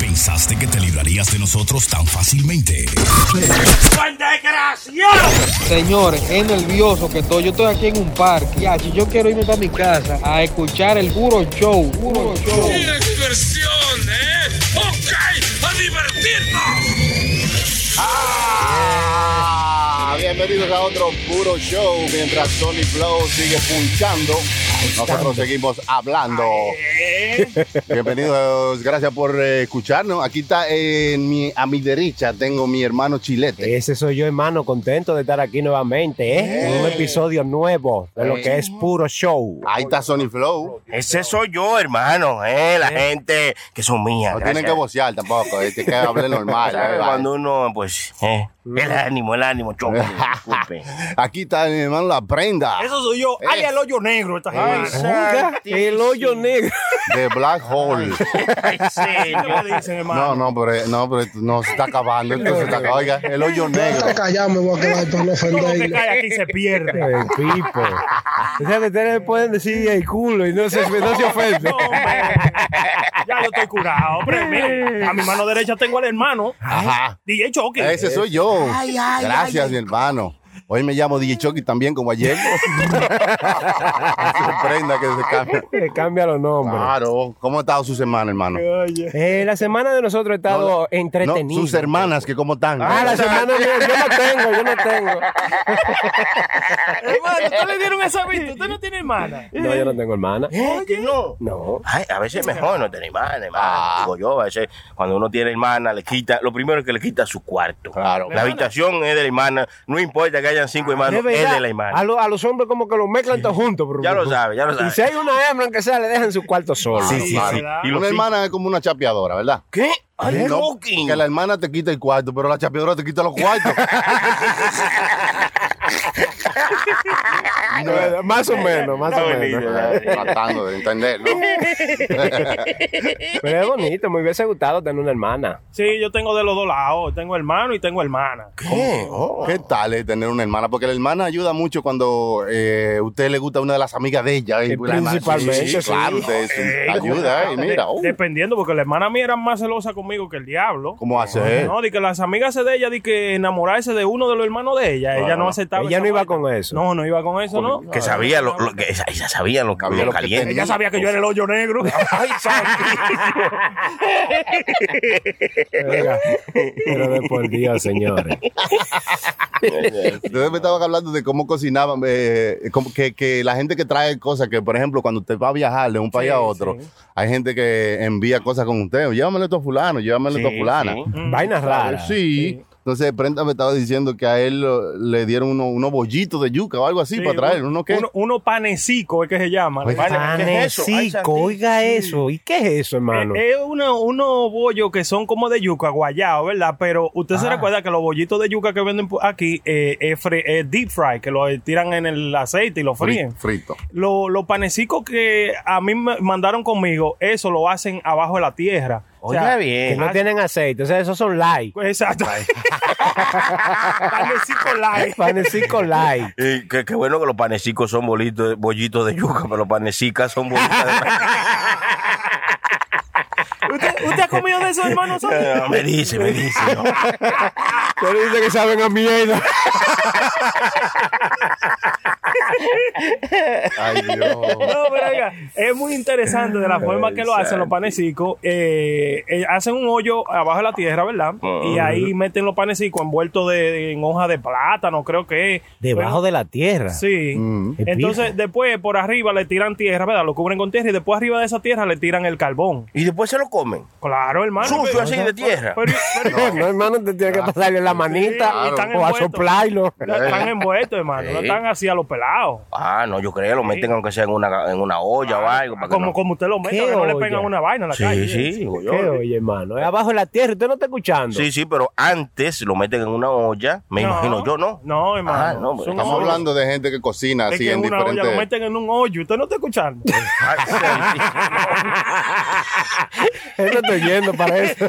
¿Pensaste que te librarías de nosotros tan fácilmente? Señores, es nervioso que estoy. Yo estoy aquí en un parque. Ya, si yo quiero irme para mi casa a escuchar el puro show. Puro show. diversión, ¿eh? ¡Ok! ¡A divertirnos! Ah, bienvenidos a otro puro show. Mientras Sony Flow sigue punchando, nosotros seguimos hablando. eh. Bienvenidos, gracias por eh, escucharnos. Aquí está eh, en mi- a mi derecha tengo mi hermano Eh. Chilete. Ese soy yo, hermano, contento de estar aquí nuevamente, ¿eh? En Un episodio nuevo de lo Eh. que es puro show. Ahí está Sony Flow. Ese soy yo, hermano, eh, la gente que son mías. No tienen que gracias. vocear tampoco, eh, tienen que hablar normal. ¿Sabe? eh, Cuando uno, pues, eh, Mm. el ánimo, el ánimo, choque, disculpe. vale. Aquí está mi hermano La Prenda, Eso soy yo, alias el hoyo negro. Esta gente. Oiga, el hoyo negro. de Black Hole. Ay, señor. ¿Qué dicen, hermano? No, no, pero eh, no, pero esto no se está acabando. esto se está acabando. Oiga, el hoyo negro. callado, me voy a quedar para no Todo lo que cae aquí se pierde. El pipo. O sea, que ustedes pueden decir el culo y no se, no se ofende. No, hombre. ya yo estoy curado. Hombre, miren, a mi mano derecha tengo al hermano Ajá. DJ Choque. Ese soy yo. Gracias, mi hermano. Hoy me llamo DJ Chucky también, como ayer. Sorprenda que se cambie. Le Eh, cambia los nombres. Ah. Claro. ¿Cómo ha estado sus hermanas, hermano? Oye. Eh, la semana de nosotros ha estado No, entretenida. sus hermanas, que cómo están. Ah, la semana yo, yo no tengo, yo no tengo. Hermano, ¿usted le dieron esa vista? ¿Usted no tiene hermana? No, yo no tengo hermana. Que no. ¿Eh? No. Ay, a veces es mejor no tener hermana, hermano. Digo yo, a veces cuando uno tiene hermana, le quita, lo primero es que le quita su cuarto. Claro. La habitación es de la hermana, no importa que hayan cinco hermanos, Ah, es de la a, hermana. lo- a los hombres como que los mezclan todos juntos. bro. Ya lo sabe, ya lo sabe. Y si hay una hembra que sea, le dejan su cuarto solo. Sí, sí, sí. Claro. Y los Una cinco- hermana es como una chapeadora, ¿verdad? ¿Qué? Ay, No, Rocky. que la hermana te quita el cuarto, pero la chapeadora te quita los cuartos. No, Más o menos, más Está o bonito, menos. está bonito. Tratando de entender, ¿no? Pero es bonito, me hubiese gustado tener una hermana. Sí, yo tengo de los dos lados. Tengo hermano y tengo hermana. ¿Qué? Oh. ¿Qué tal eh, tener una hermana? Porque la hermana ayuda mucho cuando eh, usted le gusta una de las amigas de ella. y Eh, la hermana- principalmente, Sí, sí. Claro, usted es- ayuda, eh, Ah, De- mira. uh, Dependiendo, porque la hermana mía era más celosa conmigo que el diablo. ¿Cómo hace? eh? No, de que las amigas de ella, de que enamorarse de uno de los hermanos de ella, ella no aceptaba. Ella esa no iba vaina. con eso. No, no iba con eso, ¿no? Que sabía lo, lo- que esa- ella sabía lo, Sabía lo lo que caliente. tenía. Ella sabía que yo era el hoyo negro. Oiga, Pero de por Dios, señores. Ustedes me estaban hablando de cómo cocinaban, eh, como que, que la gente que trae cosas, que por ejemplo, cuando usted va a viajar de un país a otro, hay gente que envía cosas con usted. Llévamelo esto a fulano, llévamelo esto a fulana. sí. Mm, Vainas raras. Sí. Entonces, Prenda me estaba diciendo que a él lo- le dieron uno- unos bollitos de yuca o algo así Sí, para traer. ¿Uno qué? Uno, uno panecico es que se llama. Oye, Vale, ¿qué es eso? Ay, Panecico, Pues, oiga eso. ¿Y qué es eso, hermano? Eh, Es uno- unos bollos que son como de yuca, guayao, ¿verdad? Pero usted se recuerda que los bollitos de yuca que venden por aquí eh, es, fre- es deep fry, que lo tiran en el aceite y lo fríen. Fri- Frito. Lo- los panecicos que a mí me mandaron conmigo, eso lo hacen abajo de la tierra. O sea, Oiga Que Ah, bien. no tienen aceite, o sea, esos son light. Exacto. Panecico light. Panecico light. Eh, qué, qué bueno que los panecicos son bolitos, bollitos de yuca, pero los panecicas son bolitas de ¿Usted, usted ha comido de eso, hermano? Sony? No, Me dice, me dice. no. Pero dice que saben a mierda. Ay, Dios. No, pero oiga, es muy interesante de la forma que lo hacen los panecicos. Eh, eh, hacen un hoyo abajo de la tierra, ¿verdad? Y ahí meten los panecicos envueltos de, en hoja de plátano, creo que es. Debajo de la tierra. Sí. Mm. Qué Entonces, después por arriba le tiran tierra, ¿verdad? Lo cubren con tierra y después arriba de esa tierra le tiran el carbón. Y después se lo comen. Claro, hermano. Sucio Ah, Pero- así de tierra. pero- pero- No, hermano, te tiene que pasarle la Sí, manita están o a envueltos. soplarlo. la están envueltos, hermano. La Sí. están así a los pelados. Ah, no, yo creo, lo meten aunque sea en una, en una olla o algo. Para Ah, que Como, no- como usted lo mete, ¿Qué que no le olla? pegan una vaina en la calle. Sí, sí, digo ¿Qué yo. oye, hermano? Es abajo de la tierra, usted no está escuchando. Sí, sí, pero antes lo meten en una olla, me No. imagino yo, ¿no? No, hermano. Ah, no, Son Estamos hoyos. hablando de gente que cocina Es así que en en una olla lo diferentes. meten en un hoyo. ¿Usted no está escuchando? Ay, sí, sí. Él no está yendo para eso.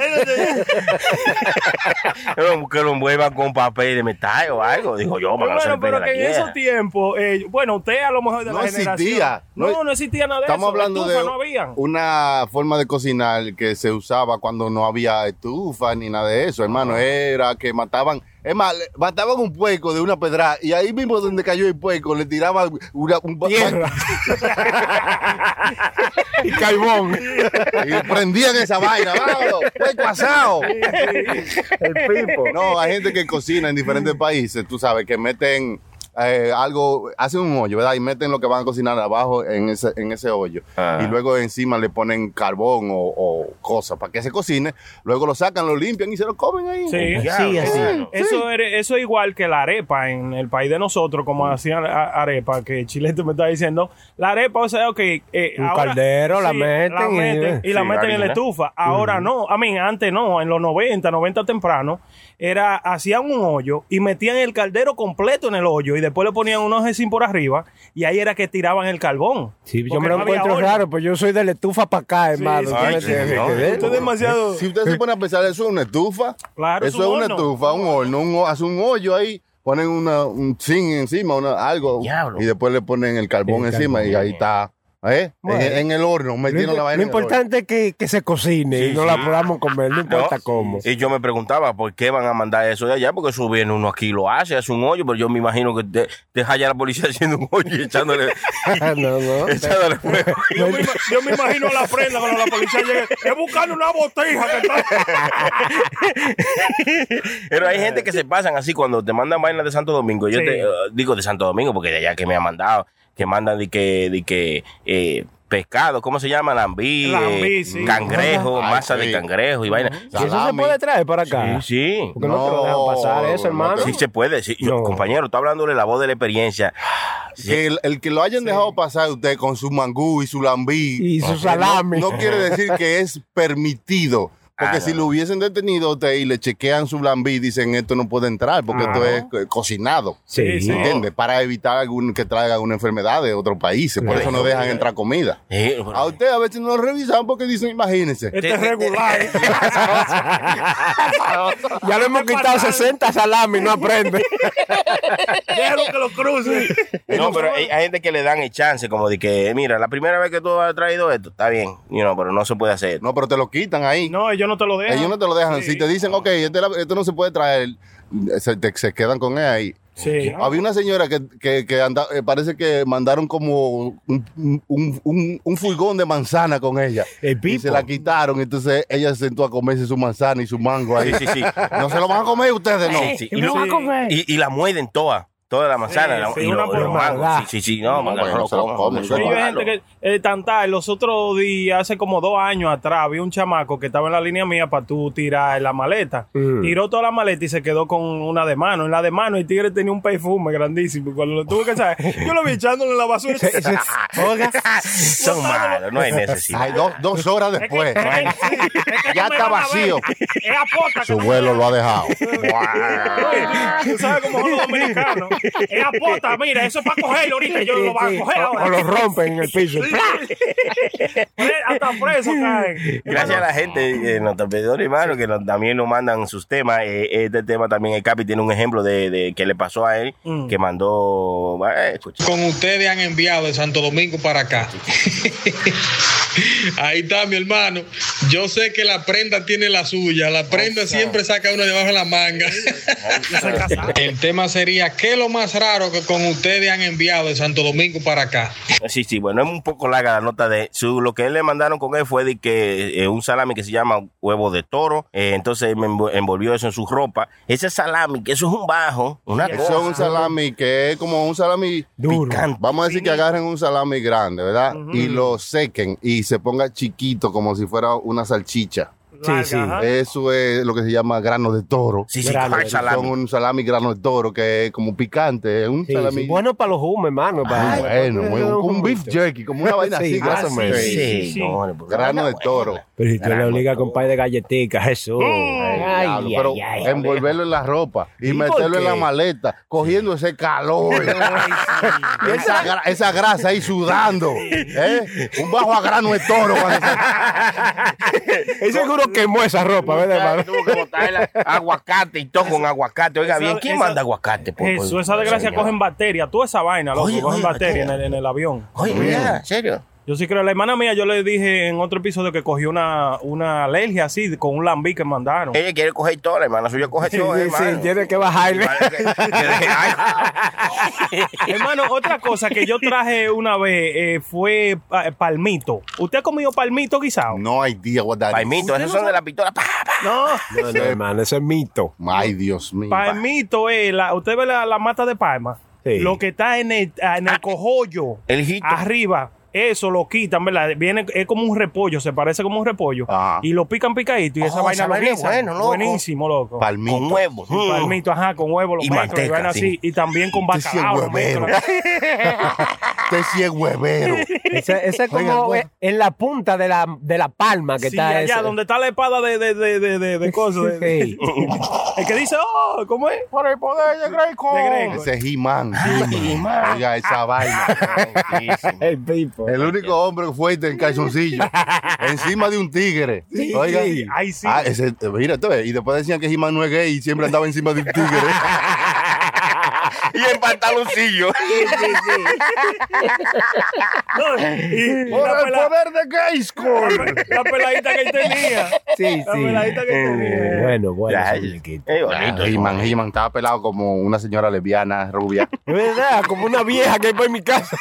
Pero que lo envuelvan con papel de metal o algo, digo yo, para que no se le Bueno, pegue pero la que en tierra. esos tiempos eh, bueno, usted a lo mejor de No la existía. generación. No, no, No- existía nada de Estamos eso. hablando Estufa de no habían. una forma de cocinar que se usaba cuando no había estufa ni nada de eso, hermano. Ah. Era que mataban, es más, le- mataban un pueco de una pedra y ahí mismo donde cayó el pueco le tiraban una, un ba- Tierra. y caibón. y prendían esa vaina, vámonos, pueco asado. El pipo. No, hay gente que cocina en diferentes países, tú sabes, que meten eh, algo, hacen un hoyo, ¿verdad? Y meten lo que van a cocinar abajo en ese, en ese hoyo. Ah. Y luego encima le ponen carbón o, o cosas para que se cocine. Luego lo sacan, lo limpian y se lo comen Sí. ahí. Sí, Diablo, así. hermano. Eso, era- eso es igual que la arepa en el país de nosotros, como Mm. hacían a- arepa, que Chilete me está diciendo. La arepa, o sea, ok. eh, Un caldero, la meten la y- meten y, la Sí, meten en la harina. estufa. Ahora no, a mí, antes no, en los 90, 90 temprano, era hacían un hoyo y metían el caldero completo en el hoyo y después le ponían unos ejércitos por arriba y ahí era que tiraban el carbón. Sí, yo Porque me lo no había encuentro horno. raro, pues yo soy de la estufa para acá, hermano. sí, ¿Tú me sí, entiendes? no. ¿Qué Esto es de- demasiado. Si usted se pone a pensar, eso es una estufa. Claro, es eso un es horno. una estufa, un horno, un ho- hace un hoyo ahí, ponen una, un zinc encima, una, algo, Diablo. y después le ponen el carbón El encima y ahí está. ¿eh? Bueno. En, en el horno, Lo, metiendo la vaina. impo- lo en el horno. importante es que, que se cocine y no la podamos comer, no importa No. cómo. Y yo me preguntaba, ¿por qué van a mandar eso de allá? Porque eso viene uno aquí, lo hace, hace un hoyo, pero yo me imagino que te, deja ya la policía haciendo un hoyo y echándole, no, no. echándole fuego. Yo me, ima- yo me imagino la prenda cuando la policía llegue. Es buscando una botija que está. Pero hay gente que se pasan así cuando te mandan vainas de Santo Domingo. Yo Sí. te, eh, digo de Santo Domingo porque de allá que me han mandado, que mandan de que, de que eh, pescado, ¿cómo se llama? Lambí, eh, Lambí, sí. cangrejo, Ay, masa sí. de cangrejo y vaina. ¿Y eso se Salami. puede traer para acá? Ah. Sí, sí. Porque no, te lo dejan No, pasar eso, no hermano. te- Sí se puede, sí. Yo, No. compañero, tú hablándole la voz de la experiencia. Que el, el que lo hayan dejado pasar usted con su mangú y su lambí Y su salami. no quiere decir que es permitido. Porque Ah, si no. lo hubiesen detenido a usted y le chequean su lambí, dicen esto no puede entrar porque esto es eh, cocinado. Sí, Sí. ¿Entiendes? Para evitar algún, que traiga una enfermedad de otros países. Por eso no dejan entrar comida. Eh, A usted a veces no lo revisan porque dicen, imagínense. Este es regular. Ya le hemos quitado 60 salami, no aprende. Déjalo que lo cruce. No, pero hay, hay gente que le dan el chance, como de que, mira, la primera vez que tú has traído esto, está bien, you know, pero no se puede hacer. No, pero te lo quitan ahí. No, ellos no te lo dejan. Ellos no te lo dejan. Sí. Si te dicen, ok, este la- esto no se puede traer, se, te- se quedan con él ahí. Sí. Ah, Había una señora que, que, que anda- eh, parece que mandaron como un, un, un- un furgón de manzana con ella. El Y se la quitaron, entonces ella se sentó a comerse su manzana y su mango ahí. Sí, sí, sí. No se lo van a comer ustedes, no. Sí, sí. Y, y- y la mueden toda, toda la manzana. Sí, la- sí, y una lo- por los una. mangos. Sí, sí, sí, no, mangos, pero no no se lo como, comen, no eso Sí, es como. hay gente que eh, tanta, los otros días, hace como dos años atrás, había un chamaco que estaba en la línea mía para tú tirar la maleta. Mm. Tiró toda la maleta y se quedó con una de mano. En la de mano el tigre tenía un perfume grandísimo. Cuando lo tuve que sacar, yo lo vi echándolo en la basura. Oiga, Son malos, no hay necesidad. Ay, dos, dos horas después. Ya está vacío. Es apota. Su vuelo lo ha dejado. Tú sabes cómo son los dominicanos. Es apota, mira, eso es para cogerlo ahorita. Yo lo voy a coger o, ahora. o lo rompen en el piso. Pues, Hasta preso caen. Gracias a la gente, eh, nuestros pedidores hermanos, que nos- también nos mandan sus temas. Eh, este tema también, el Capi tiene un ejemplo de, de que le pasó a él, Mm. que mandó. eh, escucha. Con ustedes han enviado de Santo Domingo para acá. Ahí está mi hermano. Yo sé que la prenda tiene la suya. La prenda siempre saca uno debajo de la manga. El tema sería, ¿qué es lo más raro que con ustedes han enviado de Santo Domingo para acá? Sí, sí, bueno, es un poco larga la nota de su, lo que él le mandaron con él fue de que eh, un salami que se llama huevo de toro, eh, entonces me envo- envolvió eso en su ropa. Ese salami, que eso es un bajo, una cosa. Eso es un salami que es como un salami Duro. picante. Vamos a decir que agarren un salami grande, ¿verdad? Y lo sequen y se ponga chiquito como si fuera una salchicha. Larga, sí. ajá. Eso es lo que se llama grano de toro. Sí, sí, Grande, hard salami. Son un salami grano de toro que es como picante, es un Sí, salami. sí, Bueno para los humos, hermano. para- Ay, bueno, para- muy- para los un beef humitos. jerky, como una vaina Sí, así, más grasa o menos. menos. Sí, Sí, sí. no, pues, Grano de buena. toro. Pero si tú le Grano, obligas todo. con un par de galletitas, Jesús. Oh, Ay, Diablo, pero ay, ay. envolverlo en la ropa y ¿Y por meterlo en qué? la maleta, cogiendo ese calor, esa, gra- esa grasa ahí sudando, ¿eh? un bajo a grano de toro. cuando se- Es seguro oh. no quemó esa ropa, ¿verdad, Ya, hermano? Tuvo que botarla, aguacate y todo con aguacate. Oiga esa- bien, ¿quién esa- manda aguacate? por- Eso, por- esa desgracia señor? cogen bacteria, toda esa vaina, loco, Oye, cogen oye, bacteria en bacteria. el, en el avión. Oye, mira, ¿en serio? Yo sí creo, la hermana mía, yo le dije en otro episodio que cogió una, una alergia así, con un lambí que mandaron. Ella quiere coger todo, la hermana suya coge Sí, todo, sí, hermano. sí, tiene que bajarle. Vale, que- que deje- ay. Hermano, otra cosa que yo traje una vez eh, fue eh, palmito. ¿Usted ha comido palmito guisado? No hay día, what that is. Palmito, esos son de la pistola. pa, pa. No, no, hermano, eso es mito. Ay, Dios mío. Palmito es la, usted ve la, la mata de palma, Sí. lo que está en el, ah, en el cojollo, El hito. Ah, arriba, eso lo quitan, ¿verdad? Viene, es como un repollo, se parece como un repollo, Ajá. y lo pican picadito y esa Oh, vaina esa lo vaina es guisan. bueno, loco. Buenísimo, loco. Con Palmito. huevo. Y palmito, ajá, con huevo lo Y mezclan, manteca, vaina así, sí. y también con Usted sí es bacalao. lo huevero. mezclan. Usted Este sí es huevero. Ese, ese es Oiga, como no. eh, en la punta de la, de la palma que Sí, está allá ese. donde está la espada de, de, de, de, de, de cosas. de- de- Sí. el que dice, oh, ¿cómo es? Por el poder de Greco. De Greco. Ese es He-Man. He-Man. ah, Oiga, esa vaina. El pipo. El único hombre fuerte en calzoncillo. encima de un tigre. Oiga. sí. Ay, sí. Ah, ese, mira, tú ves, y después decían que He-Man no es gay y siempre andaba encima de un tigre. Y en pantaloncillo. No, y- y ¡Por la, el pela- poder de Gayscore! la peladita que él tenía. Sí, La sí. Eh, peladita que él Eh, tenía. Bueno, bueno. Ya, ese ya. muñequito. Ey, bonito. He-Man, He-Man estaba pelado como una señora lesbiana, rubia. Es verdad, como una vieja que hay por mi casa.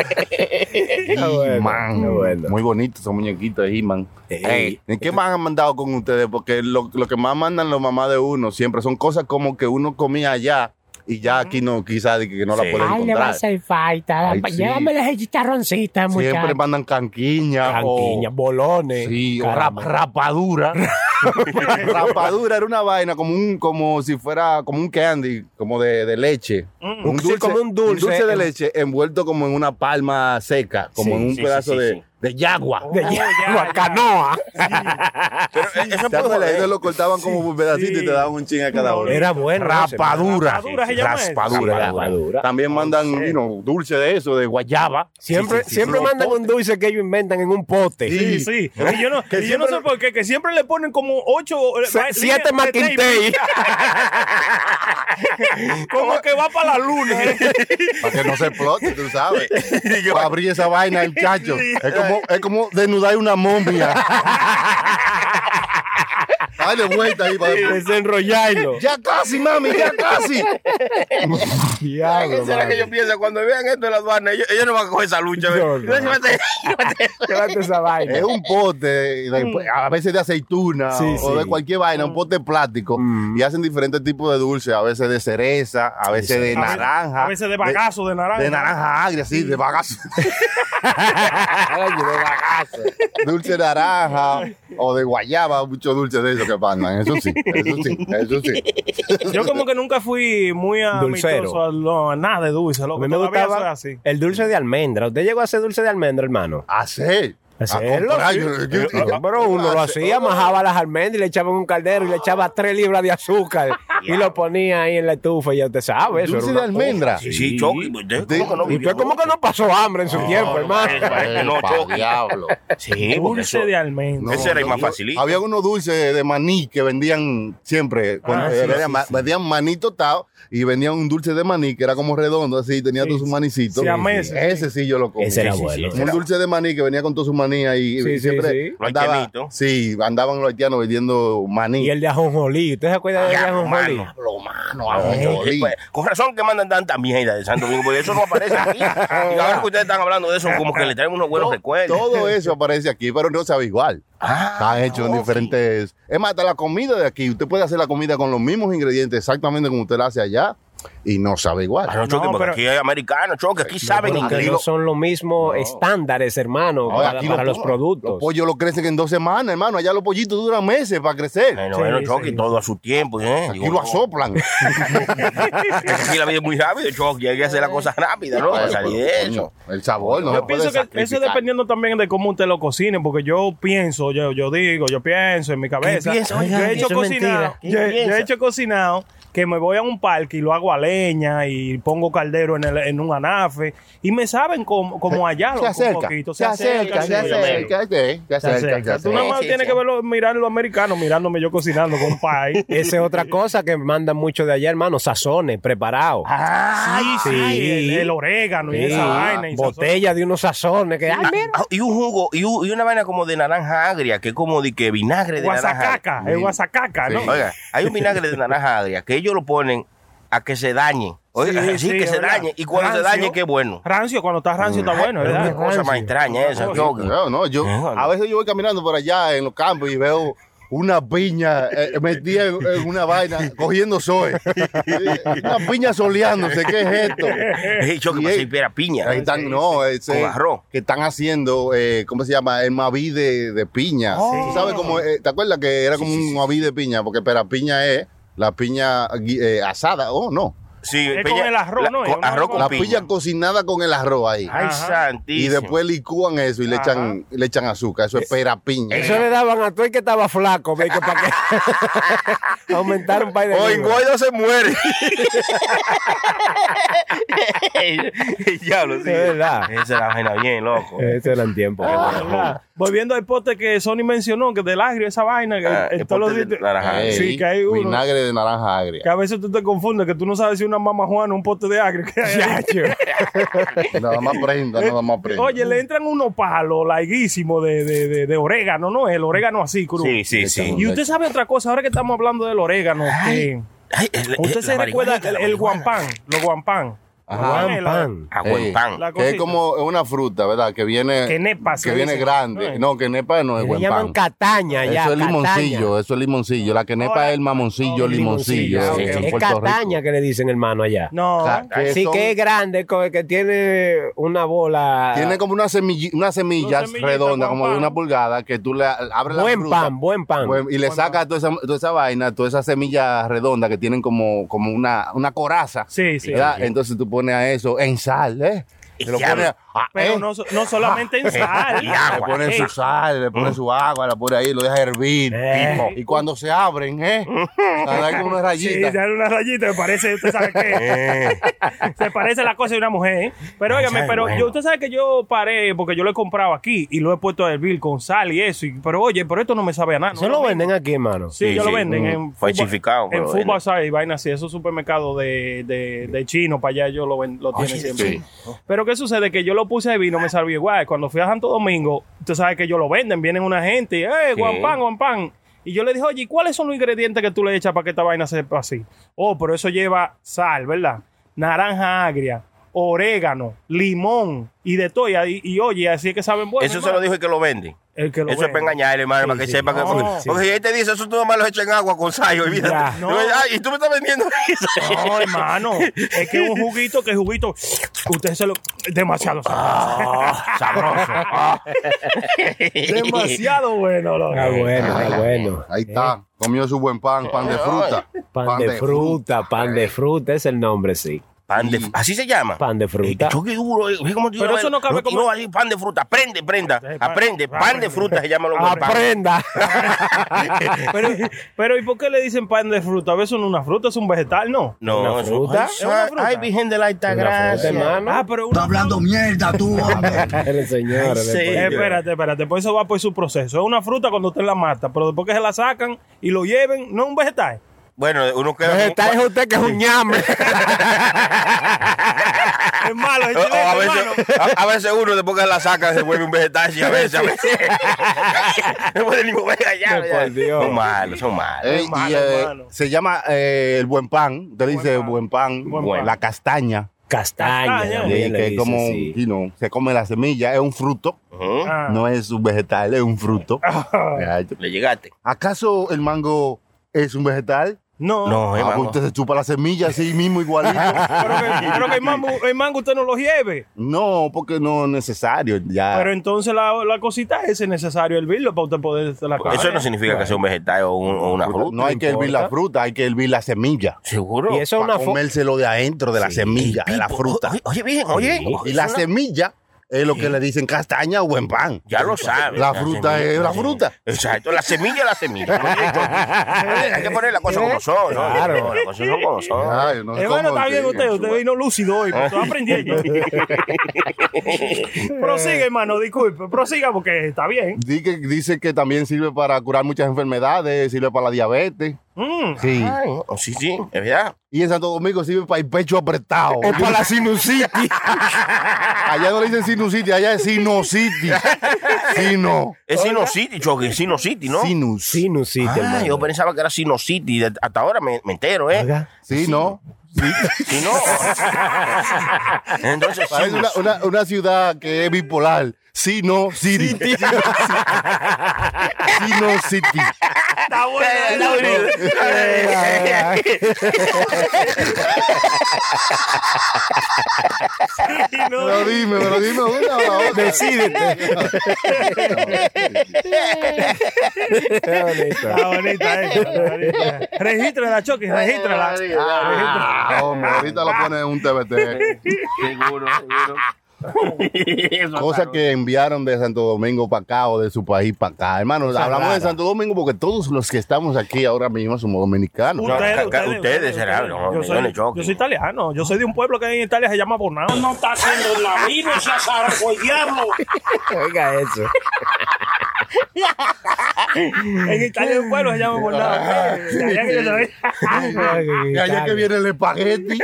Está bueno, He-Man. está bueno. Muy bonito esos muñequitos de He-Man. Ey. Ey, ¿Qué más han mandado con ustedes? Porque lo, lo que más mandan los mamás de uno siempre son cosas como que uno comía allá y ya aquí no, quizás de que no Sí. la Ay, le pueden va a encontrar. hacer falta. Ay, sí. Llévame las chicharroncitas, Siempre muchachos. mandan canquiña, Canquiña, bolones. o, sí, o caramba. rap- rapadura. rapadura era una vaina como un como si fuera como un candy, como de, de leche. Mm. Sí, como un dulce. de En- leche envuelto como en una palma seca, como Sí, en un sí, pedazo sí, sí, de, sí. de yagua. De Oh, ya, yagua, ya. canoa. Pero eso ¿Te puede acuerdas? joder. Ellos lo cortaban como por pedacitos Sí. y te daban un ching a cada uno. Era bueno. Rapadura. Rapadura se llama eso. Raspadura. Raspadura. También mandan you know, dulce de eso, de guayaba. Siempre, Sí, sí, sí. siempre Los mandan un potes. dulce que ellos inventan en un pote. Sí, sí. Y yo no, Que y yo no siempre- sé por qué, que siempre le ponen como ocho. eh, Se- va- siete líneas de tape, maquintei. Como que va para la luna. ¿eh? Para que no se explote, tú sabes. Para abrir esa vaina, el chacho. Es como, es como desnudar una momia. Dale vuelta ahí para Desenrollarlo. Ya casi, mami, ya casi. Diablo, ¿Qué será mano. que yo pienso? Cuando vean esto en la aduana, ellos, ellos no van a coger esa lucha. ¿ves? No, no. Llévate- llévate eso. Llévate esa vaina. Es un pote, de- pues, a veces de aceituna Sí, o de sí. cualquier vaina, un pote plástico. Y hacen diferentes tipos de dulces, a veces de cereza, a veces de naranja. A veces de bagazo, de naranja. De naranja agria, sí, de bagazo. dulce de naranja o de guayaba, mucho dulce de eso que mandan. Eso sí, eso sí, eso sí. Yo como que nunca fui muy Dulcero. amistoso a, lo- a nada de dulce, A loco. mí me Todavía soy gustaba así. el dulce de almendra. ¿Usted llegó a hacer dulce de almendra, hermano? Hacer. Hacerlo, A comprar, sí. yo- yo- yo- Ah, Pero uno lo hace- hacía, majaba las almendras y le echaba en un caldero y le echaba tres libras de azúcar y lo ponía ahí en la estufa y ya te sabe. Eso Dulce era de una cosa. almendra. Sí, sí, Chucky, ¿usted Sí. cómo que no ¿Y vivió? usted cómo que no pasó hambre en su tiempo, hermano? no, parece que no, Pa' Chucky. diablo. Sí, porque Dulce eso- de almendra. Ese era el más yo- facilito. Había unos dulces de maní que vendían siempre. con- Ah, eh, sí, vendían sí, ma- vendían maní tostado y vendían un dulce de maní que era como redondo, así, tenía Sí, todos sus manicitos. sí, a meses, Ese sí yo lo comí. Ese era Sí, sí, bueno. sí. Un dulce de maní que venía con toda su maní ahí. Sí, y sí, siempre sí. Los andaba- haitianitos. sí, andaban los haitianos vendiendo maní. Y el de ajonjolí. ¿Usted se acuerda del de ajonjolí? Diablo, mano, Ay, ajonjolí. eh, pues, con razón que mandan tanta mierda de Santo Domingo, porque eso no aparece aquí. Y ahora que ustedes están hablando de eso, como que le traen unos buenos recuerdos. Todo eso aparece aquí, pero no sabe igual. Ah, Están hechos en no, diferentes. Es más, hasta la comida de aquí. Usted puede hacer la comida con los mismos ingredientes, exactamente como usted la hace allá, y no sabe igual. Ah, no, choque, No, porque pero- aquí hay americanos, choque, aquí saben Porque inglés. no son los mismos No. estándares, hermano, Ahora, para, aquí para los po- productos. Los pollos lo crecen en dos semanas, hermano. Allá los pollitos duran meses para crecer. Bueno, Sí, bueno, choque, sí. todo a su tiempo. ¿eh? Aquí lo Digo, no, asoplan. es que aquí la vida es muy rápida, choque, hay que hacer la cosa rápida, ¿no? Para Bueno, salir de pero, eso. coño, El sabor no se Yo pienso puede que eso sacrificar. dependiendo también de cómo usted lo cocine, porque yo pienso, yo, yo digo, yo pienso en mi cabeza. piensa? yo Oiga, he hecho eso es cocinado, mentira. ¿Qué yo, he- yo piensa? he hecho cocinado que me voy a un parque y lo hago a leña y pongo caldero en, el- en un anafe. Y me saben como, como allá, Se loco, un acerca, poquito. se acerca, sí, se más o menos. acerca, sí, se Se acerca, se acerca. Tú nada acerca. más Sí, tienes sí. que ver los- mirar los americanos mirándome yo cocinando con pie. Esa es otra cosa que mandan mucho de allá, hermano. Sazones, preparados. sí, sí, sí. El, el orégano y Sí, esa vaina. Y botella de unos sazones que ay, mira, Ah, y un jugo, y, un- y una vaina como de naranja agria, que es como de que vinagre de naranja. Guasacaca, el guasacaca, ¿no? Sí. Ah, Oiga, hay un vinagre de naranja agria que ellos lo ponen a que se dañe. Oiga, sí, sí, que es se verdad. dañe. Y cuando se Rancio. dañe, qué bueno. Mm. Rancio, cuando estás rancio está bueno, Pero ¿verdad? qué cosa más extraña esa. yo- No, no, yo a veces yo voy caminando por allá en los campos y veo una piña eh, metida en, en una vaina cogiendo sol. una piña soleándose, ¿qué es esto? Eh, yo que Y, me eh, soy piedra piña. Ahí están, no, ese- Con arroz. que están haciendo, eh, ¿cómo se llama? El maví de, de piña. Oh. ¿Tú ¿Sabes cómo? eh, ¿Te acuerdas que era como un maví de piña? Porque pera piña es la piña gui- eh, asada, ¿o no? Sí, Es con el arroz, ¿no? con Es una arroz con La piña. piña cocinada con el arroz ahí. Ajá. Ay, Y santísimo. después licúan eso y le echan, le echan azúcar. Eso es pera piña. eso le daban a todo el que estaba flaco, ve, que para que aumentar un par de O libras. engorda o se muere. Diablo, sí. Es verdad. Esa era vaina bien, loco. Eh, Ese era el tiempo. Ah, ¿verdad? Volviendo al pote que Sony mencionó, que del agrio, esa vaina. que Ah, en el todos los pote de sitios- naranja. Ey, Sí, que hay uno. Vinagre de naranja agria. Que a veces tú te confundes, que tú no sabes si una mamá Juana o un pote de agrio. que hay ahí. Nada más prenda, nada más prenda. Oye, le entran unos palos larguísimos de, de, de, de orégano, ¿no? El orégano así, cruz. Sí, sí, sí. Y usted sabe otra cosa, ahora que estamos hablando del orégano. que- Ay, el- usted el- se la recuerda marihuana, el, la el marihuana. guampán, los guampán. Juan La- Pan. Ah, guampán. la que es cosita. como una fruta, ¿verdad? Que viene. Que nepas, Que le viene dicen. grande. No, que nepa no es Le buen llaman pan. Cataña ya. Eso es limoncillo, Cataña. eso es limoncillo. La que nepa Ahora- es el mamoncillo, Oh, limoncillo, limoncillo. eh, ok. en Es Puerto Rico. Cataña que le dicen hermano allá. No, Ca- que Así son- que es grande, co- que tiene una bola. Tiene como una semilla, unas semillas Una semillita, redondas, buen como de pan. una pulgada, que tú le abres la Buen fruta. pan, buen pan. Buen- y le sacas toda esa, toda esa vaina, todas esas semillas redondas que tienen como, como una, una coraza. Sí, sí. ¿verdad? Entonces tú pones a eso en sal, ¿eh? Y Te lo ya, pones a- ah, pero ¿eh? no, so- no solamente en sal. Y agua. Le ponen Ey, su sal, le ponen su agua, la pone ahí, lo deja hervir. Eh. pico. Y cuando se abren, ¿eh? Cada como unas Sí, rayitas. dale una rayita, me parece, usted sabe qué. Se parece la cosa de una mujer, ¿eh? Pero óigame, Eh. Ay, pero bueno. yo, usted sabe que yo paré porque yo lo he comprado aquí y lo he puesto a hervir con sal y eso. y- pero oye, pero esto no me sabe a nada. Eso no lo mismo. venden aquí, hermano. Sí, Sí, yo lo sí. venden Mm. en Food- Falsificado, En pero lo Fuba venden. y vaina así, esos supermercados de, de, de chino para allá yo lo, ven- lo tienen siempre. Ah, sí. Pero ¿qué sucede? Que yo lo puse a hervir, no me salió igual. Cuando fui a Santo Domingo, tú sabes que ellos lo venden, vienen una gente, y, ¡eh, Sí. guampán, guampán! Y yo le dije, oye, ¿y cuáles son los ingredientes que tú le echas para que esta vaina sepa así? Oh, pero eso lleva sal, ¿verdad? Naranja agria, orégano, limón y de todo. Y, ahí- y oye, así es que saben bueno. Eso se lo hermano. dijo el que lo vende. El que lo Eso es vende. para engañar, hermano, para que sepa que. No, porque, sí. porque si él te dice, eso tú nomás lo echas en agua con sayo, olvídate. Ya. No. Ay, y tú me estás vendiendo eso. No, hermano. Es que un juguito, que juguito. Usted se lo. Demasiado sabroso. sabroso. Ah. Demasiado bueno, loco. Está bueno, está bueno. Ahí está, comió su buen pan, pan de fruta. Eh. Pan, de, fruta, pan de fruta es el nombre, sí. Pan de, así se llama. Pan de fruta. Eh, yo qué duro, eh, ve cómo tú Pero llamas- eso no cabe como- no, así, pan de fruta, aprende, prenda, Eh, pan- aprende, pan de fruta se llama lo que Aprenda. Pero, pero, ¿y por qué le dicen pan de fruta? A veces no es una fruta, es un vegetal, ¿no? No, ¿Una eso- fruta? Ay, ¿Es una fruta? Ay, Virgen de la Alta fruta, Gracia. hermano. Ah, pero una. mierda, tú, hombre. El señor. Ay, el sí. Eh, pollo. espérate, espérate, pues eso va por su proceso. Es una fruta cuando usted la mata, pero después que se la sacan y lo lleven, no es un vegetal. Bueno, uno queda. Está es usted que es un ñame. Es malo, es O- o chileno, a, hermano. veces, a, a veces uno después que la saca se vuelve un vegetal y a veces, a veces. no puede ni mover allá. Ay, ya. por Dios. Son malos, son malos. Eh, Hermano, y, eh, hermano. se llama eh, el buen pan, te dice pan. buen pan, eh, Buen pan. la castaña, Castaña. Castaña. eh, también le que es dicen, como, sí. you know, se come la semilla, es un fruto, Ujú. Ah. no es un vegetal, es un fruto. Ay, Le llegaste. ¿Acaso el mango es un vegetal? No. No, Ah, pues hermano. usted se chupa la semilla así mismo igualito. Pero que, pero que el, mango, el mango usted no lo lleve. no, porque no es necesario ya. Pero entonces la, la cosita es necesario hervirlo para usted poder hacer la cosa. Eso no significa que sea un vegetal o, un- o una fruta. pues, no hay que hervir la fruta, hay que hervir la semilla. Seguro. Y eso es una Para forma. comérselo de adentro de la semilla, de la fruta. Oye, oye, bien, oye. Y la Es una- semilla es lo que le dicen castaña o buen pan. Ya lo sabes. La fruta semilla, es la sí. fruta. Eh, Exacto, la semilla es la semilla. Oye, Hay que poner las cosas ¿Eh? como son. ¿no? Claro. Las cosas son como son. Ay, no sé Hermano, cómo está bien que- usted, usted vino lúcido hoy, pero estoy aprendiendo. prosiga, hermano, disculpe, prosiga porque está bien. Di que- Dice que también sirve para curar muchas enfermedades, sirve para la diabetes. Mm, Sí. Ay, oh, sí, sí, es verdad. Y en Santo Domingo sirve para el pecho apretado. O para la sinusitis. Allá no le dicen sinusitis, allá es sinusitis. Sino. Es Sino City, choque, Sino City, ¿no? Sinus. Sinusitis, Ah, hermano. yo pensaba que era Sino City. de- Hasta ahora me, me entero, ¿eh? Oiga. Sí, ¿no? Si no. Entonces, Parece Sino una, City. una, una ciudad que es bipolar. Sino City. Sino City. está bueno. Y no- Pero dime, pero dime una o la otra. Decídete. Qué bonito. Está bonita esta, está bonita. Regístrala, Chucky, regístrala. Ah, hombre, ahorita lo ponen en un TBT. Seguro, seguro. Cosas que enviaron de Santo Domingo para acá o de su país para acá. Hermano, hablamos de rara. Santo Domingo porque todos los que estamos aquí ahora mismo somos dominicanos. No, ca- ca- ustedes, será, no, yo, me soy, duele, Chucky. yo soy italiano, yo soy de un pueblo que hay en Italia se llama Bornao. No está haciendo la vida, se azarco el diablo. Oiga eso. En Italia hay un pueblo que se llama Bornao. De allá que yo soy. Y allá que viene el espagueti.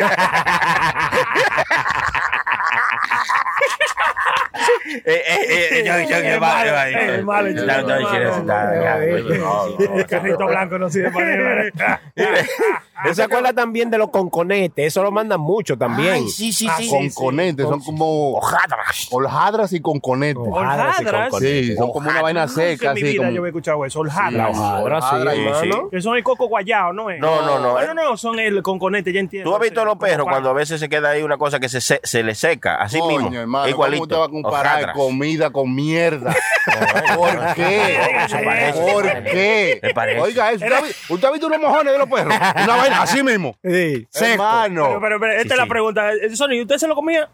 Eh, eh, eh, yo, yo, que va, que va. Es malo, es malo, No, no, es malo. quieres estar, ya, no, no, no. El carrito blanco no sirve para ¿No se acuerda también de los conconetes? Eso lo mandan mucho también. Ay, sí, sí, sí. con conetes, son como Hojadras. holjadras y con conetes. Hojadras y Hojadras. conconetes. Sí, son como una vaina seca, En mi así vida como yo había escuchado eso, La Oljada. hojadra, sí, Hojadra, sí, hermano. Que son el coco guayao, ¿no es? No, no, no. No, no, son el conconete, ya entiendo. ¿Tú has visto Sí, los perros como cuando a veces se queda ahí una cosa que se, se, se le seca? Así Coño, mismo. hermano, igualito. ¿cómo usted va a comparar Hojadras. comida con mierda? ¿Por qué? Se parece, ¿Por se parece. qué? Se parece. Oiga, eso, ¿usted, ha vi- usted ha visto unos mojones de los perros? Una vaina así mismo. Sí. Hermano. Pero, pero, pero, esta Sí, es la sí. pregunta. Eh, Sony, ¿usted se lo comía?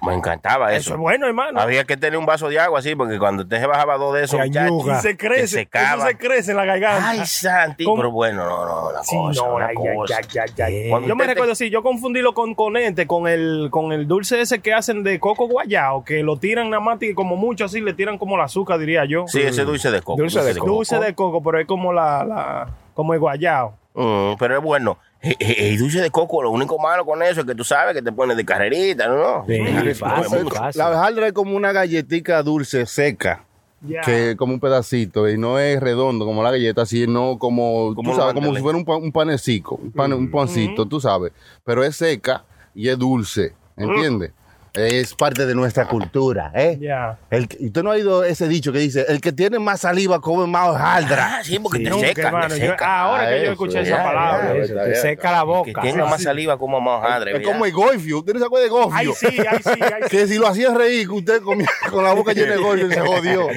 Me encantaba Eso eso. es bueno, hermano. Había que tener un vaso de agua así, porque cuando usted se bajaba dos de esos, Te muchachos, añuga. se crece, se eso secaba. se crece en la garganta. Ay, Santi. ¿Cómo? Pero bueno, no, no, la Sí, cosa, no, una ay, cosa. ay, ay, ay, ay. Cuando Yo me usted te- recuerdo, sí, yo confundí lo con conete, con el, con el dulce ese que hacen de coco guayao, que lo tiran nada más, y como mucho así, le tiran como la azúcar, diría yo. Sí, ese dulce de coco. Dulce de coco. dulce de coco, pero es como la, la como el guayao. Mm, pero es bueno. Eh, eh, El dulce de coco, lo único malo con eso es que tú sabes que te pones de carrerita, ¿no? Sí, Déjame- fácil, fácil. La hojaldra es como una galletica dulce seca. Ya. que como un pedacito y no es redondo como la galleta, sino como, Como tú los sabes, como manteles. si fuera un, pa- un panecico, un, pan- Mm. un pancito, tú sabes, pero es seca y es dulce, ¿entiendes? Es parte de nuestra cultura, ¿eh? Mm. Ya. El que- usted no ha oído ese dicho que dice, el que tiene más saliva come más hojaldra. Ah, sí, porque te Nunca, seca, te hermano, yo- seca. ahora que Ah, yo eso, escuché ya, esa palabra. ya, pues, Eso, ya, te ya. seca la que boca. tenga más saliva como más madre. es como el golfio, ¿usted no se acuerda de golfio? Ay, sí, ay, sí, ay, sí. Que si lo hacía reír, que usted comía con la boca llena de golfio, se jodió. O,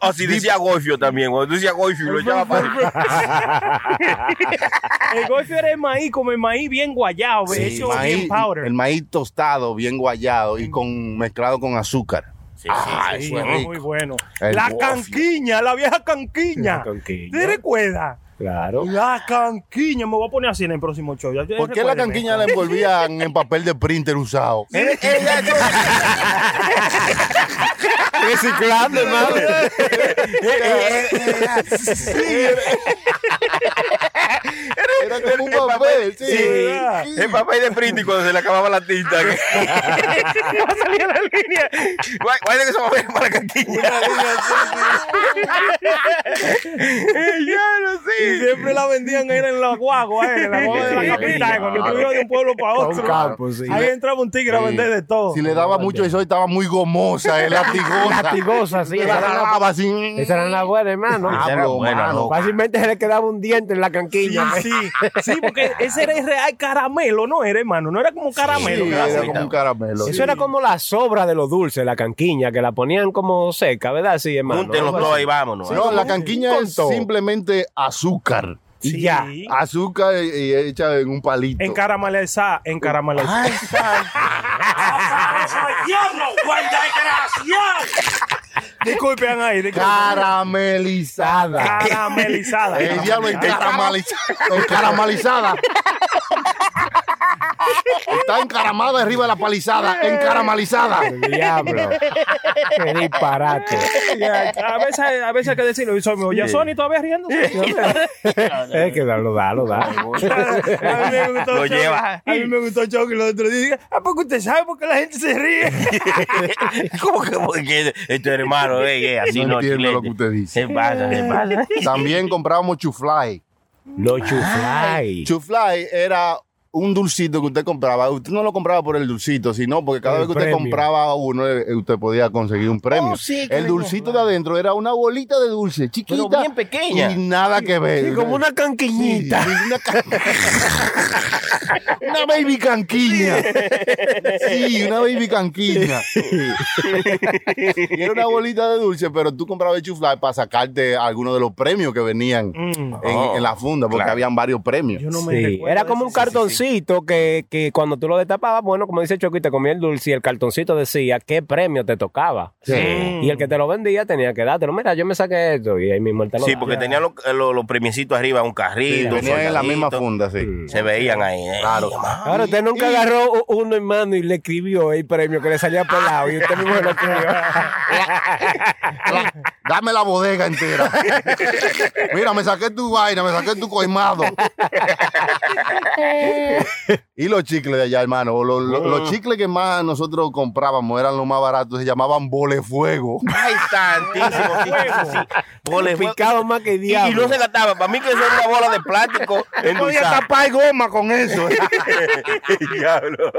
o si decía Goifio también, cuando decía Goifio lo echaba para El golfio era el maíz, como el maíz bien guayao, Sí, Pues, hecho maíz- bien powder. el maíz tostado, bien guayado y con mezclado con azúcar. Sí, sí, Ah, sí, Sí, eso es rico. muy bueno. El la gofio. canquiña, la vieja canquiña. La canquiña. ¿Te recuerdas? Claro. La canquiña, me voy a poner así en el próximo show. Ya- ya ¿Por qué la recuérdeme. canquiña la envolvían en papel de printer usado? Eh, eh, ya, yo- Reciclando, hermano. eh, eh, eh, ya. Era como un papel, sí. Sí. El papel de print cuando se le acababa la tinta. que- Va a salir a la línea. Guay- guay de que se va a ver para la canquilla. Ya no Y sé. siempre la vendían era en la guagua, eh, en la guagua de Sí, la capital, sí, cuando claro. tú ibas de un pueblo para Pa' un otro. campo, sí. Ahí entraba un tigre a vender de todo. pues, Si le daba mucho eso, estaba muy gomosa, eh, latigosa. Latigosa, sí. Se la Esa era la- jalaba así. esa era la buena, hermano. Ah, Esa era Hablo, buena, mano. loco. Fácilmente se le quedaba un diente en la Sí, canquilla. Ah, sí, sí, porque ese era el real caramelo, ¿no era, hermano? No era como un caramelo. Sí, que era era así. como un caramelo. Eso era como la sobra de los dulces, la canquiña, que la ponían como seca, ¿verdad? Sí, hermano. Júntenlos Algo todos así. y vámonos. No, la canquiña con es todo. simplemente azúcar. Y ya. Sí. Azúcar y- y hecha en un palito. Encaramelizar, encaramelizar. Ay, santo. ¡Sabroso del diablo! ¡Cuál desgraciado! Disculpen ahí, disculpen. Caramelizada. Caramelizada. El diablo está caramaliz- encaramelizada. Está encaramada arriba de la palizada. Encaramelizada. Diablo. Qué disparate. Ya, a veces, a veces hay que decirlo. Y soy, ya Sony todavía riendo. Es que dalo, dalo, dalo. A mí me gustó Lo Chucky. lleva. A mí me gustó Chucky los otros días. ¿A poco usted sabe por qué la gente se ríe? ¿Cómo que porque es tu hermano? Ey, ey, así No no, entiendo chilete. lo que usted dice. Se pasa, se pasa. También comprábamos chufly. No chufly. Chufly era un dulcito que usted compraba. Usted no lo compraba por el dulcito, sino porque cada El vez que usted premio. compraba uno, eh, usted podía conseguir un premio. Oh, sí, que el le- dulcito de adentro era una bolita de dulce, chiquita. Pero bien pequeña. Y nada que ver. Sí, canquiñita. una, ca- Una baby canquiña. Sí, una baby canquiña. Y era una bolita de dulce, pero tú comprabas el chuflar para sacarte algunos de los premios que venían en, Oh, en la funda, porque claro. habían varios premios. no Sí, era como un cartoncito que, que cuando tú lo destapabas, bueno, como dice Choquita, comía el dulce y el cartoncito decía qué premio te tocaba. Sí. Y el que te lo vendía tenía que dártelo. Mira, yo me saqué esto y ahí mismo él te lo Sí, daba. porque tenía los, eh, los, los premiecitos arriba, un Sí, carrito. un venían en la soldadito. misma funda, sí. Se veían ahí. eh. Claro. Ahora usted nunca agarró u- uno en mano y le escribió el premio que le salía pelado y usted mismo se lo escribió. La- dame la bodega entera. Mira, me saqué tu vaina, me saqué tu coimado. y los chicles de allá, hermano. o lo- lo- Los chicles que más nosotros comprábamos eran los más baratos, se llamaban bole fuego. Ay, santísimo. sí, sí, sí, sí. Bola de fuego. Picado más que Y, y no diablo. se gastaba. Para mí que eso era una bola de plástico endulzada. tapar goma con eso. Diablo.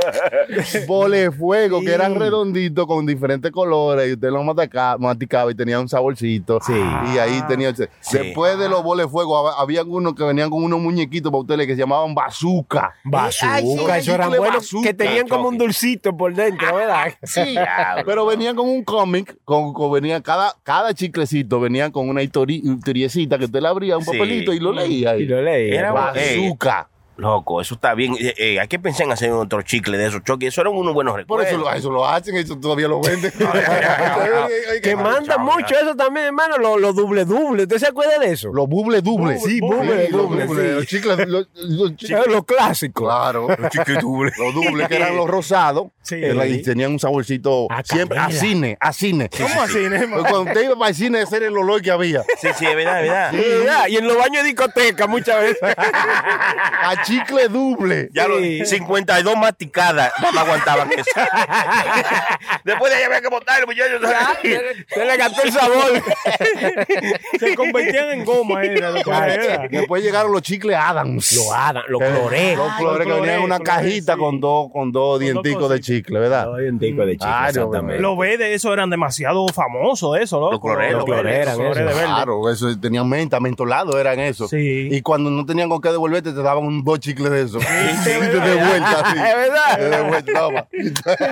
bole fuego, que eran redonditos con diferentes colores. Y usted los mataca- maticaba y tenía un saborcito. Y Ah. ahí tenía. Sí. Después de los boles fuego, hab- habían unos que venían con unos muñequitos para ustedes que se llamaban bazooka. Bazooka, Ay, sí, esos eran chicle buenos bazooka, que tenían como un Chucky. dulcito por dentro, ¿verdad? Sí, diablo. Pero venían con un cómic, con, con- venía cada, cada chiclecito, venían con una histori- historiecita que usted le abría un Sí. papelito y lo leía. ahí. Y lo leí. Era Bazooka. Loco, eso está bien. Eh, eh, hay que pensar en hacer otro chicle de esos choques. Eso eran unos buenos Por recuerdos. eso, lo, eso lo hacen, eso todavía lo venden. que manda mucho eso también, hermano, lo, lo doble doble. ¿Usted se acuerda de eso? Los buble duble. Sí, buble, los duble, buble, sí. Los chicles, los, los Sí, Lo clásico. Claro. Los chicle doble. dubles que eran los rosados. Sí. que la- y tenían un saborcito A siempre a canela. cine, a cine. ¿Cómo así, Nemo? Cuando usted iba para el cine, ese era el olor que había. Sí, sí, es verdad, es verdad. ¿Verdad? Y en los baños de discoteca muchas veces. A chicle duble. Ya lo, Sí. 52 masticadas no aguantaban eso. Después de ahí había que botarlo, muchachos. Se le gastó el sabor. Se convertían en goma, eh, era lo que era. Después llegaron los chicles Adams. Lo hagan, lo Eh, cloré. Los colores que los venían en una colores, cajita sí. con dos con dos dienticos de cositas. chicle, ¿verdad? un tipo de chicle, Claro, exactamente. bueno. Los verdes, eso eran demasiado famosos, eso, ¿no? Los cloreros, Los cloreros, eran cloreros de esos. verde. Claro, eso tenían menta, mentolado eran eso. Sí. Y cuando no tenían con qué devolverte, te daban un, dos chicles de eso. Y te devuelta, sí. Es verdad. Te devuelta, toma.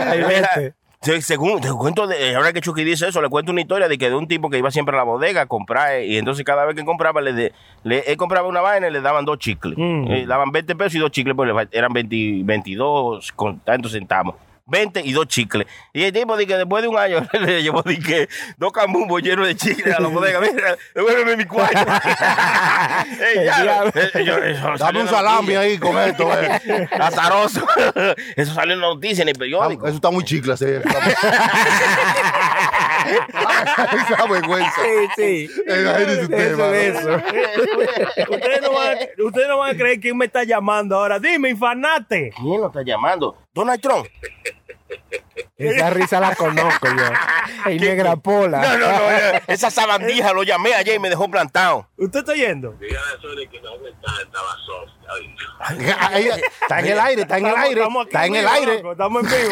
Ay, vete. Se- según, te cuento, de, eh, ahora que Chucky dice eso, le cuento una historia de que de un tipo que iba siempre a la bodega a comprar, eh, y entonces cada vez que compraba, le, de- le- él compraba una vaina y le daban dos chicles. Mm. Eh, daban 20 pesos y dos chicles, pues le fa- eran 20 22 con tantos centavos. 20 y dos chicles. Y el tipo de que después de un año le llevó de que dos cambumbos llenos de chicles a la bodega. Mira, devuélveme mi cuarto. Ey, ya, diablo. eh, yo- eso Dame salió en un la salami noticia. ahí con esto. eh. Azaroso. Eso salió en la noticia, en el Ah, periódico. Eso está muy chicle, sí. Esa vergüenza. Sí, sí. Eh, ahí dice usted, Eso es hermano. eso. Ustedes no, van a, ustedes no van a creer quién me está llamando ahora. Dime, infanate. ¿Quién lo está llamando? Donald Trump. Esa risa la conozco yo. El negra pola. No, no, no. eh, Esa sabandija lo llamé ayer y me dejó plantado. ¿Usted está yendo? Ahí, Está en el aire, está en el aire. Estamos aquí Está en el vivo, aire. loco, Estamos en vivo.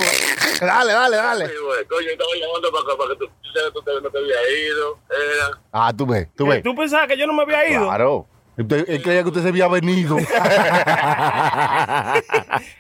Dale, dale, dale. Coño, estaba llamando para, para que tú, tú te- no te había ido. Era. Ah, tú ves, tú ves. ¿Tú pensabas que yo no me había ido? Claro. Usted- él creía que usted se había venido.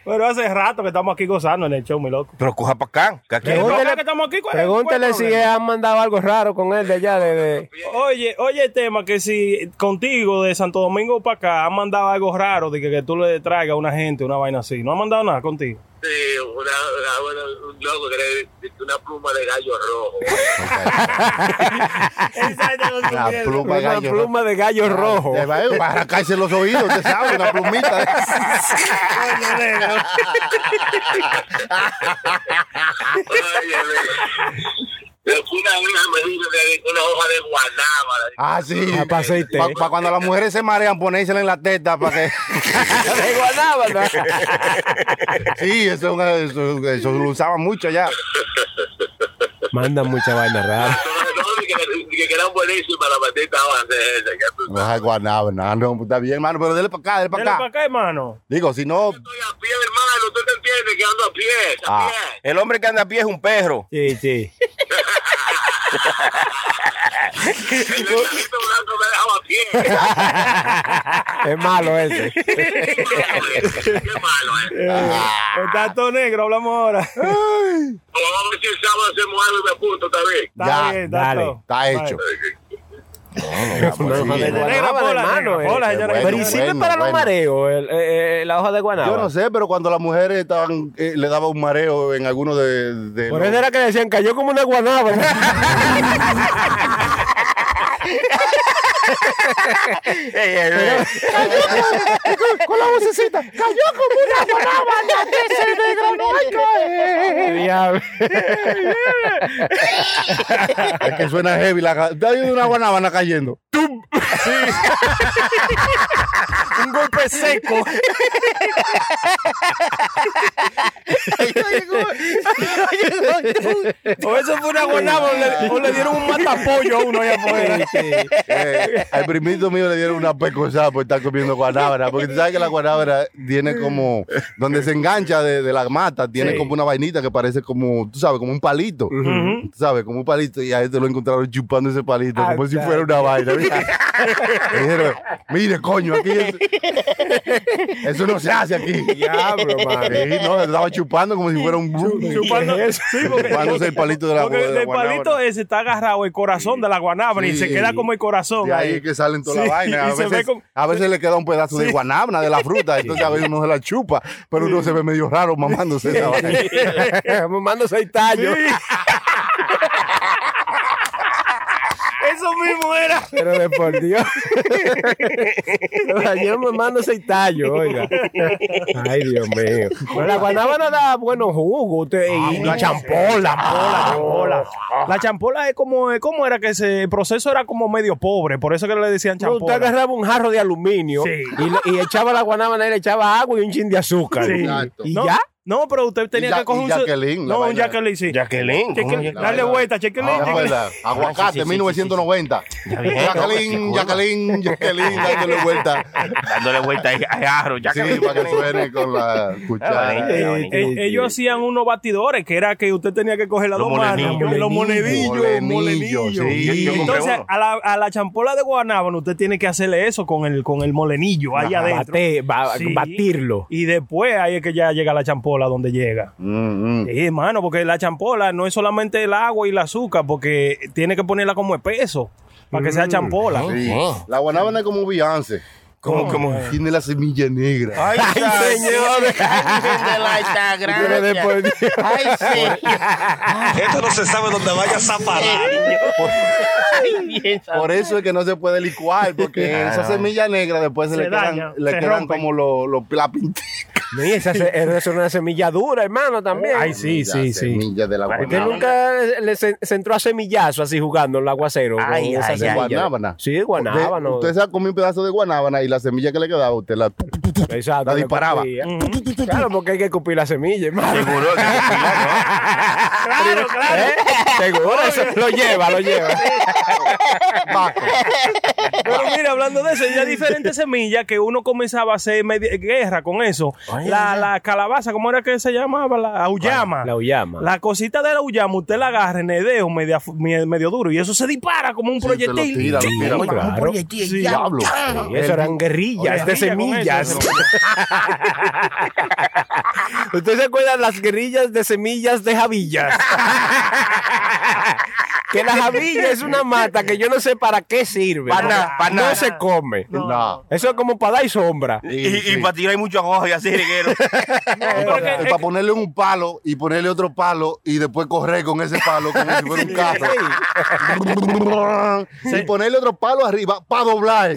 Pero hace rato que estamos aquí gozando en el show, mi loco. Pero coja para acá. Que aquí ¿Qué Pregúntale- loca que estamos aquí? ¿Cuál es- cuál Pregúntale es el si problema? han mandado algo raro con él de allá. De, de- Oye, oye el tema que si contigo de Santo Domingo para acá han mandado algo raro de que, que tú le traigas a una gente, una vaina así. No han mandado nada contigo. Sí, una, una- bueno, un loco que era de- de una pluma de gallo rojo. La pluma de Una gallo. pluma de gallo rojo. Te va, eh, para arrancarse los oídos, usted sabe, una plumita. Óyeme. Pero fue una vez me dijo que una hoja de guanábara. Ah, sí. Ah, pa' aceite. Para cuando las mujeres se marean, ponérsela en la teta para que. De guanábana. Sí, eso, es una- eso- eso lo usaba mucho ya. Manda mucha vaina rara. No, que- que que eran buenísimas las malditas hojas de esa. que tú- Ay, guanábana, no, está bien, hermano, pero dele para acá, Dale dele para para acá. acá, hermano. Digo, si no, Estoy a pie, hermano, tú te entiendes que ando a pie, a Ah. pie. El hombre que anda a pie es un perro. Sí, sí. El negrito blanco me dejaba a pie. Es malo ese. Qué malo es, qué malo eh. es. Eh, pues Está todo negro, hablamos ahora. Como vamos a ver si el sábado hacemos algo y me apunto también. Ya, Está bien, está dale. todo. está hecho. Una hoja sí, de eh. Negra guanábana, pola, hermano. negra eh. pola, señora. Pero ¿y sirve Bueno, para los bueno. mareos el- eh, eh, la hoja de guanábana? Yo no sé, pero cuando las mujeres estaban, eh, le daba un mareo en alguno de. de Por los- eso era que decían, cayó como una guanábana. Ey, ey, ey. Con la vocecita, cayó como una guanábana. Ese negro no cae. Diablo. Es que suena heavy. La, ca- está ahí una guanábana cayendo. Un golpe seco. O eso fue una guanábana, o le- o le dieron un matapollo a uno allá afuera. Eh, al primito mío le dieron una pescosada por estar comiendo guanábana, porque tú sabes que la guanábana tiene como, donde se engancha de, de la mata, tiene como una vainita que parece como, tú sabes, como un palito, tú sabes, como un palito, y a este lo encontraron chupando ese palito, como Ah, si fuera una vaina. mira. Le dijeron, mire, coño, aquí es- eso no se hace aquí. Diablo, madre. Sí, no, estaba chupando como si fuera un... Chupando, sí, porque, Chupándose el palito de la, porque de la el guanábana. palito ese está agarrado el corazón de la guanábana y Sí. se queda como el corazón. De ahí es que salen toda Sí, la vaina. y A se ve veces, como- a veces le queda un pedazo de guanábana de la fruta, entonces a veces uno se la chupa, pero uno se ve medio raro mamándose esa vaina. Mamando seis tallos. Eso mismo era. Pero de por Dios. Ayer mamando seis tallos, oiga. Ay, Dios mío. Pero la guanábana da buenos jugos. usted, Ah, y- y champola, pola, champola. La champola es como, es como era que ese proceso era como medio pobre, por eso que le decían No, Usted champola. agarraba un jarro de aluminio Sí. y, le- y echaba la guanábana y le echaba agua y un chin de azúcar. Sí. Exacto. ¿Y no, ya? No, pero usted tenía Y ya- que coger y un. Jacqueline, la no, un vaina. Jacqueline, sí. Jacqueline. Cheque- ¿cómo es? dale vuelta, cheque Ah, verdad. Ah, sí, sí, Aguacate, sí, 1990. bien. Jacqueline, No, Jacqueline, Jacqueline, dándole vuelta. Dándole vuelta ahí a Jarro. Sí, Jacqueline. Ah, para que suene con la cuchara. Ay, Eh, Sí, eh, sí. ellos hacían unos batidores que era que usted tenía que coger las Los dos manos, molenillos. los monedillos, Molenillos, molenillos. sí. Yo- yo compré Entonces, uno. a la, a la champola de guanábana, usted tiene que hacerle eso con el, con el molenillo ahí Ajá. adentro. Bate- ba- Sí. Batirlo. Y después ahí es que ya llega la champola donde llega. Mm, mm. Sí, hermano, porque la champola no es solamente el agua y el azúcar, porque tiene que ponerla como espeso para que sea Mm. champola. Sí. Ah. La guanábana es como Beyoncé. ¿Cómo, cómo? Tiene la semilla negra. Ay, señores. De la Instagram. De por Dios. Ay, sí. Esto no se sabe dónde vayas a parar. Por eso es que no se puede licuar, porque esa semilla negra después se, Se le quedan, daña, le se quedan rompen. como los los la pint- No, y esa se- eso es una semilla dura, hermano, también. Ay, sí, La sí, sí. semilla de la Usted guanábana. nunca le se, se entró a semillazo así jugando el aguacero. con Ay, esa ay, de semilla? guanábana. Sí, de guanábana. Usted, usted se comió un pedazo de guanábana y la semilla que le quedaba, usted la. Exacto, la le disparaba. copia. Mm. Claro, porque hay que escupir la semilla, hermano. Seguro que sí, Claro, claro. ¿Eh? Seguro, eso lo lleva, lo lleva. Paco. Pero mira, hablando de eso, ya diferentes semillas que uno comenzaba a hacer media- guerra con eso. la, la calabaza, ¿cómo era que se llamaba? La uyama. La uyama. La cosita de la uyama, usted la agarra en el dedo media- medio, duro y eso se dispara como un Sí, proyectil. usted lo tira, lo tira. Muy Paco. claro. Sí, diablo. Y Ah, eso eran guerrillas de Guerrilla con semillas. eso, ¿Usted se acuerda de las guerrillas de semillas de javillas? que la javilla es una mata que yo no sé para qué sirve. Pa' nada, pa' no nada. se come. No. Eso es como para dar sombra. Y, y para tirar mucho agojo y así, reguero. Y para ponerle un palo y ponerle otro palo y después correr con ese palo como si fuera un carro. Y ponerle otro palo arriba para doblar.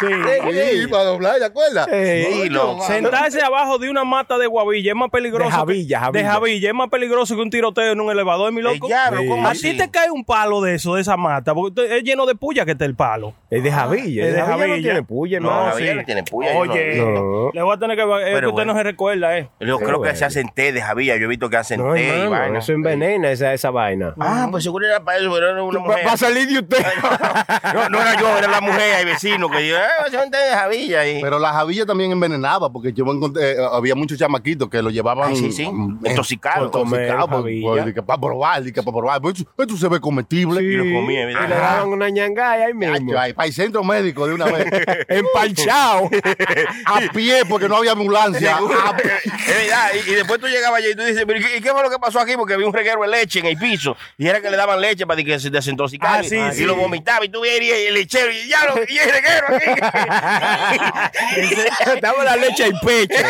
Sí, para doblar, ¿te acuerdas? Ey, no. mano. Sentarse abajo de una mata de guavilla es más peligroso. De javilla, que, de javilla. javilla, es más peligroso que un tiroteo en un elevador, mi El loco. diablo, Eh, Sí. Eh, ¿cómo A así? ti te cae un palo de eso, de esa mata, porque te- es lleno de puya que está el palo. Es de Javilla. Es Es de de Javilla. Javilla. No tiene puya, No, hermano. Javilla no tiene puya, yo Oye, no- no. le voy a tener que. Es que Pero usted bueno. no se recuerda, ¿eh? Yo creo bueno. que se hacen té de Javilla. Yo he visto que hacen No, té y hermano, vaina. eso envenena esa, esa vaina. Ah, pues seguro era para eso, pero era una mujer. salir de usted. No, no era yo, era la mujer, el vecino que yo, ah, son té de Javilla. Y... Pero la javilla también envenenaba, porque yo me encontré, eh, había muchos chamaquitos que lo llevaban Ah, sí, sí. mm, Intoxicados. eh, intoxicados, Comer por- javilla. por- de que para probar, de que para probar. Pues, Esto, esto se ve comestible. Y lo comía, Y mira. le daban una ñangaya ahí mismo. para el centro médico de una vez. Empalchado. a pie, porque no había ambulancia. A pie. Es verdad, y, y después tú llegabas allí y tú dices, "Pero, ¿y qué, y qué fue lo que pasó aquí? Porque había un reguero de leche en el piso. Y era que le daban leche para que se desintoxicara. Ah, sí, y sí. lo vomitaba y tú venías y el lechero y ya lo, y el reguero aquí. Estaba la leche y pecho.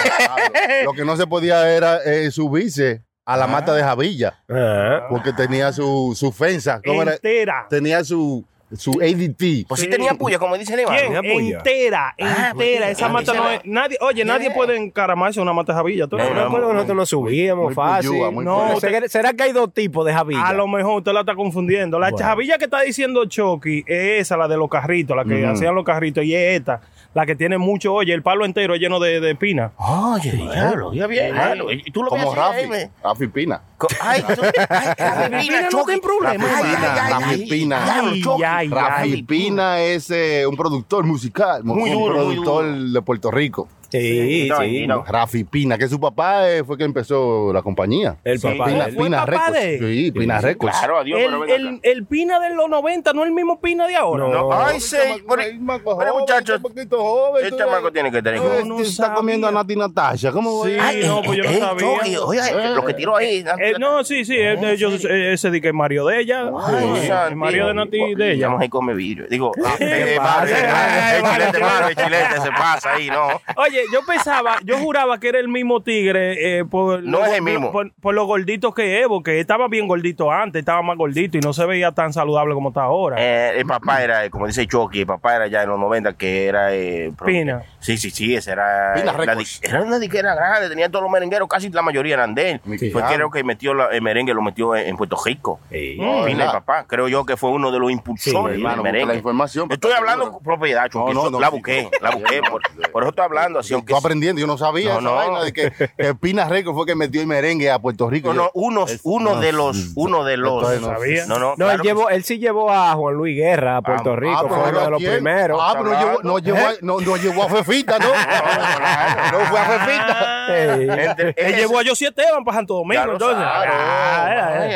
Lo que no se podía era eh, subirse a la mata de Javilla, Eh. porque tenía su, su fensa. ¿Cómo era? Entera. Tenía su, su ADT. pues sí tenía puya, como dice Iván. ¿Quién? Una Ah, puya. pues, Entera, entera. Esa ah, mata no esa- es. Nadie, oye, nadie puede encaramarse a una mata de javilla. ¿tú No, sabes? No, no, nosotros no subíamos muy fácil. puyúa, muy no, puyúa. ¿será- ¿Será que hay dos tipos de Javilla? A lo mejor usted la está confundiendo. La Bueno. chavilla que está diciendo Chucky es esa, la de los carritos, la que hacían los carritos, y es esta, la que tiene mucho, oye, el palo entero es lleno de, de espina. Oye, diablo, ya bien. diablo. Y tú lo Como que hacías ahí, Rafi. me- Rafi Pina. Co- Ay, tú- ay, Rafi Pina, no Chucky. ten problema, Rafi hermano. Pina, Rafi Rafi Pina. Pina. Diablo, Ay, Chucky. ay, Rafi ay. Pina es eh, un productor musical, Muy un duro, muy productor duro. de Puerto Rico. Sí, No, sí. y no. Rafi Pina, que su papá eh, fue que empezó la compañía. El papá. Pina, él. ¿Fue Pina papá Records. de él? Sí, Pina Records. Claro, adiós, pero Pues, El, ven acá. el- el pina de los 90 no es el mismo pina de ahora. No. Ay, Este sí. Pero, pero muchachos, este chamaco tiene que tener. Este no se está sabía. comiendo a Nati Natasha. ¿Cómo voy a- Ay, no, pues yo no eh, sabía. Chucky, oiga, lo que tiró ahí. Eh, no, sí, sí, el de ellos, eh, ese de que es Mario de ella. Ay, el eh, Santi. Mario de Nati de ella. Vamos a ir con mi vidrio. Digo, ah, eh, pasa? Mario, Ay, eh, chilete, Mario. Mario, chilete, se pasa ahí, ¿no? Oye, yo pensaba, yo juraba que era el mismo tigre eh, por, No lo- es el mismo. Por, por lo gordito que es, porque estaba bien gordito antes, estaba más gordito y no se veía tan saludable como está ahora. Eh, el papá era, eh, como dice Chucky, el papá era ya en los 90 que era. eh, pro- Pina. Sí, sí, sí, ese era. Pina la Records. di- era una disquera grande, tenía todos los merengueros, casi la mayoría eran de él. Sí. Fue creo que metió la- el merengue, lo metió en, en Puerto Rico. No, Pina, el ¿verdad? papá, creo yo que fue uno de los impulsores del hermano, merengue. busca la información. Yo estoy hablando con propiedad, Chucky, No, no, eso no, la sí, busqué, no. la busqué, por, por eso estoy hablando así, aunque Estoy aprendiendo, yo no sabía No, esa no. vaina de que, que Pina Records fue que metió el merengue a Puerto Rico. uno, Yo- uno, uno de los, uno de los, Entonces, no. Sabía. no, no, No, él, claro que llevó, él sí llevó a Juan Luis Guerra a Puerto Ah, Rico, Ah, pero fue uno de los ¿quién? primeros. Ah, pero no Está llevó, no, llevó a, no, no llevó a Fefita, ¿no? no fue a Fefita. Ey, sí. Entre- Ah. Él ese- llevó a José este Esteban para Santo Domingo, Ya lo entonces. sabe. Ah, eh, eh. Ay, eh,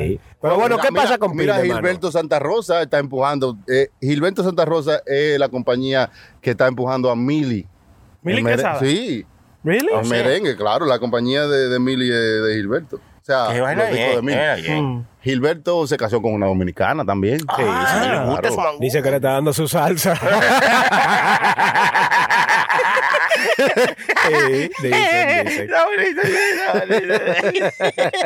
eh. ey. Pero bueno, ¿qué Mira, pasa con Mira, Pina, hermano? Gilberto Santa Rosa está empujando. eh, Gilberto Santa Rosa es la compañía que está empujando a Mili. Mili El mere- Quesada. Sí, ¿Really? el merengue, claro, la compañía de, de Mili eh, de, Gilberto. O sea, Qué vaina los discos de Mili. bien, eh, bien. Mm. Gilberto se casó con una dominicana también. Ah, Sí, le gusta claro. su mangú. Dice que le está dando su salsa. Sí, dicen, dicen. No, bonito, no, no, no.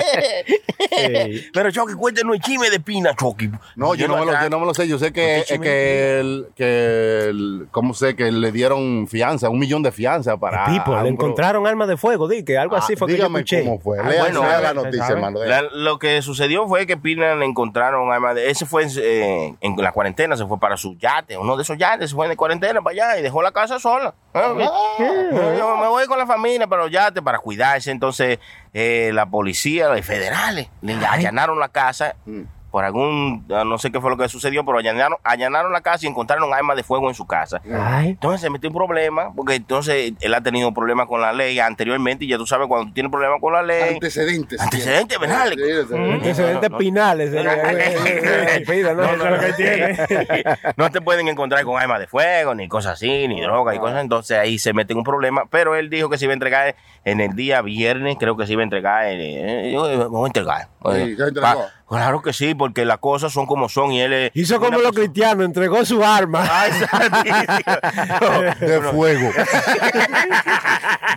Ey. Pero Chucky, cuéntanos el chisme de Pina, Chucky. No, yo no, me lo, acá. yo no me lo sé. Yo sé que, Porque eh, que, el, que el- ¿cómo sé? Que le dieron fianza, un millón de fianza para. Ah, People, a le un pro- encontraron armas de fuego, di que algo así fue Ah, que yo dígame escuché. cómo fue. Ah, Lea, bueno, lea a ver, la noticia, sabe. hermano. lea. La- lo que sucedió fue que Pina le encontraron, además de, ese fue eh, en la cuarentena, se fue para su yate, uno de esos yates, se fue de cuarentena para allá y dejó la casa sola. Ah, yo me voy con la familia para los yates, para cuidarse. Entonces, eh, la policía, los federales, le allanaron la casa. Mm. Por algún, no sé qué fue lo que sucedió, pero allanaron, allanaron la casa y encontraron armas de fuego en su casa. Ay, Entonces se metió un problema, porque entonces él ha tenido problemas con la ley anteriormente, y ya tú sabes, cuando tiene problemas con la ley, Antecedentes. Antecedentes penales. Sí, antecedentes. antecedentes no, no. pinales. eh, eh, eh, Pina, ¿no? Eso es lo que tiene. no te pueden encontrar con armas de fuego, ni cosas así, ni droga, y cosas. Entonces ahí se mete en un problema. Pero él dijo que se iba a entregar en el día viernes, creo que se iba a entregar. eh, eh, yo me voy a entregar. Oye, Sí, ya entregó. pa- claro que sí, porque las cosas son como son y él es. Hizo como una los persona- cristianos, entregó su arma. Ay, santísimo. de fuego.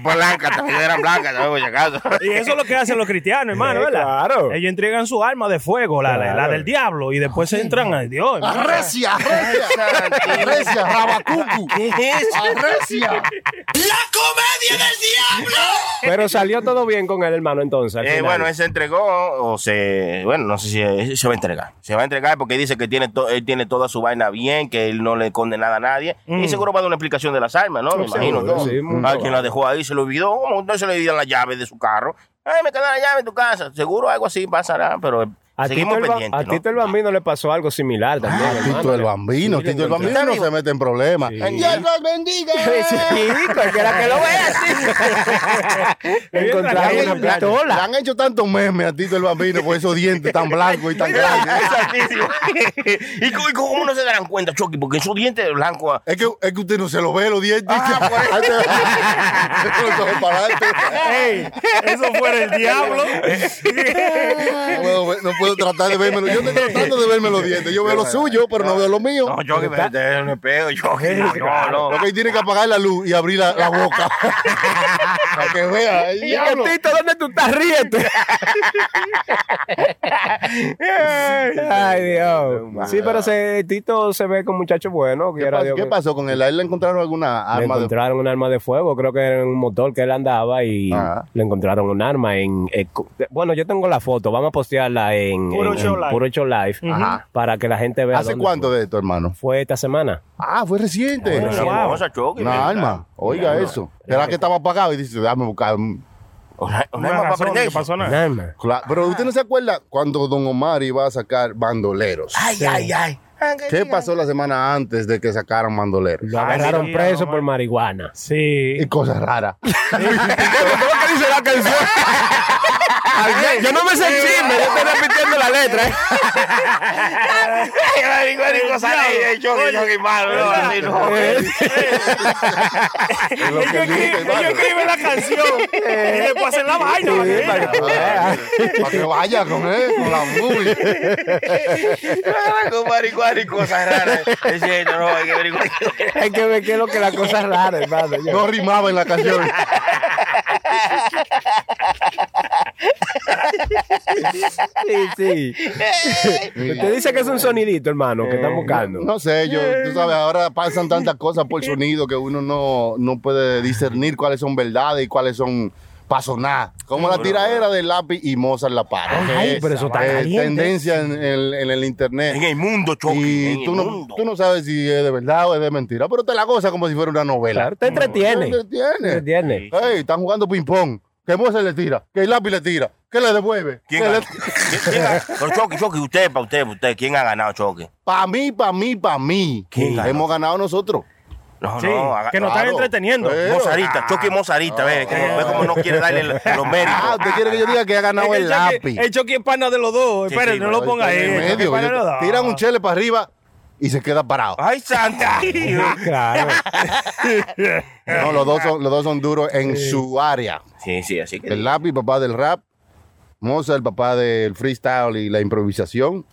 blanca, también eran blancas, también por si acaso. Y eso es lo que hacen los Eh, cristianos, hermano, Sí, ¿verdad? claro. Ellos entregan su arma de fuego, la, la- la del diablo, y después se entran al Dios. hermano. Arrecia, arrecia, arrecia, rabacucu. Arrecia. Pero salió todo bien con el hermano entonces. al Eh, final. bueno, él se entregó o se, bueno, no sé si eh, se va a entregar. Se va a entregar porque dice que tiene to- él tiene toda su vaina bien, que él no le conde nada a nadie. Y seguro va a dar una explicación de las armas, ¿no? Me imagino. Mm. Oh, seguro, ¿no? sí, muy Alguien la dejó ahí, se lo olvidó. ¿Cómo no se le olvidan las llaves de su carro? Ay, me quedó la llave en tu casa. Seguro algo así pasará, pero A seguimos Tito, el, ba- pendientes. a ¿no? Ah, Tito el Bambino le pasó algo similar también. hermano. Tito el bambino, Sí, le Tito el encontré- bambino no se mete en problemas. Dios los bendiga. Sí, cualquiera que lo vea así. Encontraron Le una han- le han- le pistola. han hecho tantos memes a Tito el bambino por esos dientes tan blancos y tan grandes. Exactísimo. ¿Y cómo, y cómo no se darán cuenta, Chucky? Porque en su diente blanco. Es que, es que usted no se lo ve los dientes. Ah, por eso. Usted lo coge para adelante. Ey, eso fuera el diablo. No puedo, ver- no puedo tratar de vérmelo. Yo estoy tratando de verme los dientes. Yo veo lo suyo, pero no veo lo mío. No, Pues Chucky, pero te es un espejo, Chucky. No, no. Porque ahí tiene que apagar la luz y abrir la, la boca. Para que vea. Ay, Y que, diablo. Tito, ¿dónde tú estás riente? Ay, Dios. Sí, pero se- Tito se ve con muchacho bueno. ¿Qué, quiera pasó, Dios ¿Qué que- pasó con él? ¿A él le encontraron alguna Le arma de encontraron un arma de fuego, creo que era un motor que él andaba y Ajá. le encontraron un arma en... eh, cu- bueno, yo tengo la foto, vamos a postearla en Puro en- Show en Live. Puro Show Live Ajá. para que la gente vea... ¿Hace dónde cuánto Fue. de esto, hermano? Fue esta semana. Ah, fue reciente. Una hermosa, Chucky, Una mira. arma. Oiga eso. ¿Será que estaba apagado? Y dice, déjame buscar. un- Una, una Una arma para razón, aprender. no pasó nada. Un arma. Cla- Pero usted no se acuerda cuando Don Omar iba a sacar bandoleros. Ay, ay, ay. ¿Qué pasó la semana antes de que sacaran bandoleros? Lo Ay, agarraron sí, preso no, por man. marihuana. Sí. Y cosas raras. Yo no me sé el chisme, yo estoy repitiendo la letra. Ay, marico, ni cosa diablo. eh. ni de Chucky, Chucky, malo, no, así no. Eh. Lo que dice, hermano. Ellos escriben la canción y después hacen la vaina. la Sí, vaina. para que tú Ah, Para que vaya con él, con la movie. Con marihuana y cosas raras. Es cierto, no, hay que averiguar. Hay que ver qué es lo que la cosa es rara, hermano. Yo- No rimaba en la canción. Sí, sí. Usted dice que es un sonidito, hermano, que están buscando. Eh, No sé, yo, tú sabes, ahora pasan tantas cosas por sonido que uno no, no puede discernir cuáles son verdades y cuáles son para sonar. Como la tiraera del lápiz y Mozart la para. Eh, Ay, pero eso está caliente. tendencia en el, en el En internet. el mundo, Chucky. En Y el tú no, mundo. tú no sabes si es de verdad o es de mentira, pero te la goza como si fuera una novela. Claro, te entretiene. Te Te entretiene. entretiene. Ey, están jugando ping-pong. Que Mozart le tira, que el lápiz le tira, que le devuelve. ¿Quién gana? ¿Quién- quién gana? Pero Chucky, Chucky, usted, para usted, para usted. ¿Quién ha ganado, Chucky? Para mí, para mí, para mí. ¿Quién ganó? Hemos ganado nosotros. No, Sí, no, haga- que nos están claro. entreteniendo. Eh. Mozarita, Chucky Mozarita, ve, cómo- ve cómo no quiere darle los los Ah, méritos. usted quiere que yo diga que ha Es ganado que el Chucky- lápiz. el Chucky es pana de los dos. Sí, Espera, sí, no pero lo ponga ahí. Está en el Chucky es medio, pana de yo- los dos. Ah. tiran un chele para arriba y se queda parado. Ay, santa. Claro. No, los dos son, los dos son duros en su área. Sí, sí, así que. El lápiz, papá del rap. Mozart, el papá del freestyle y la improvisación.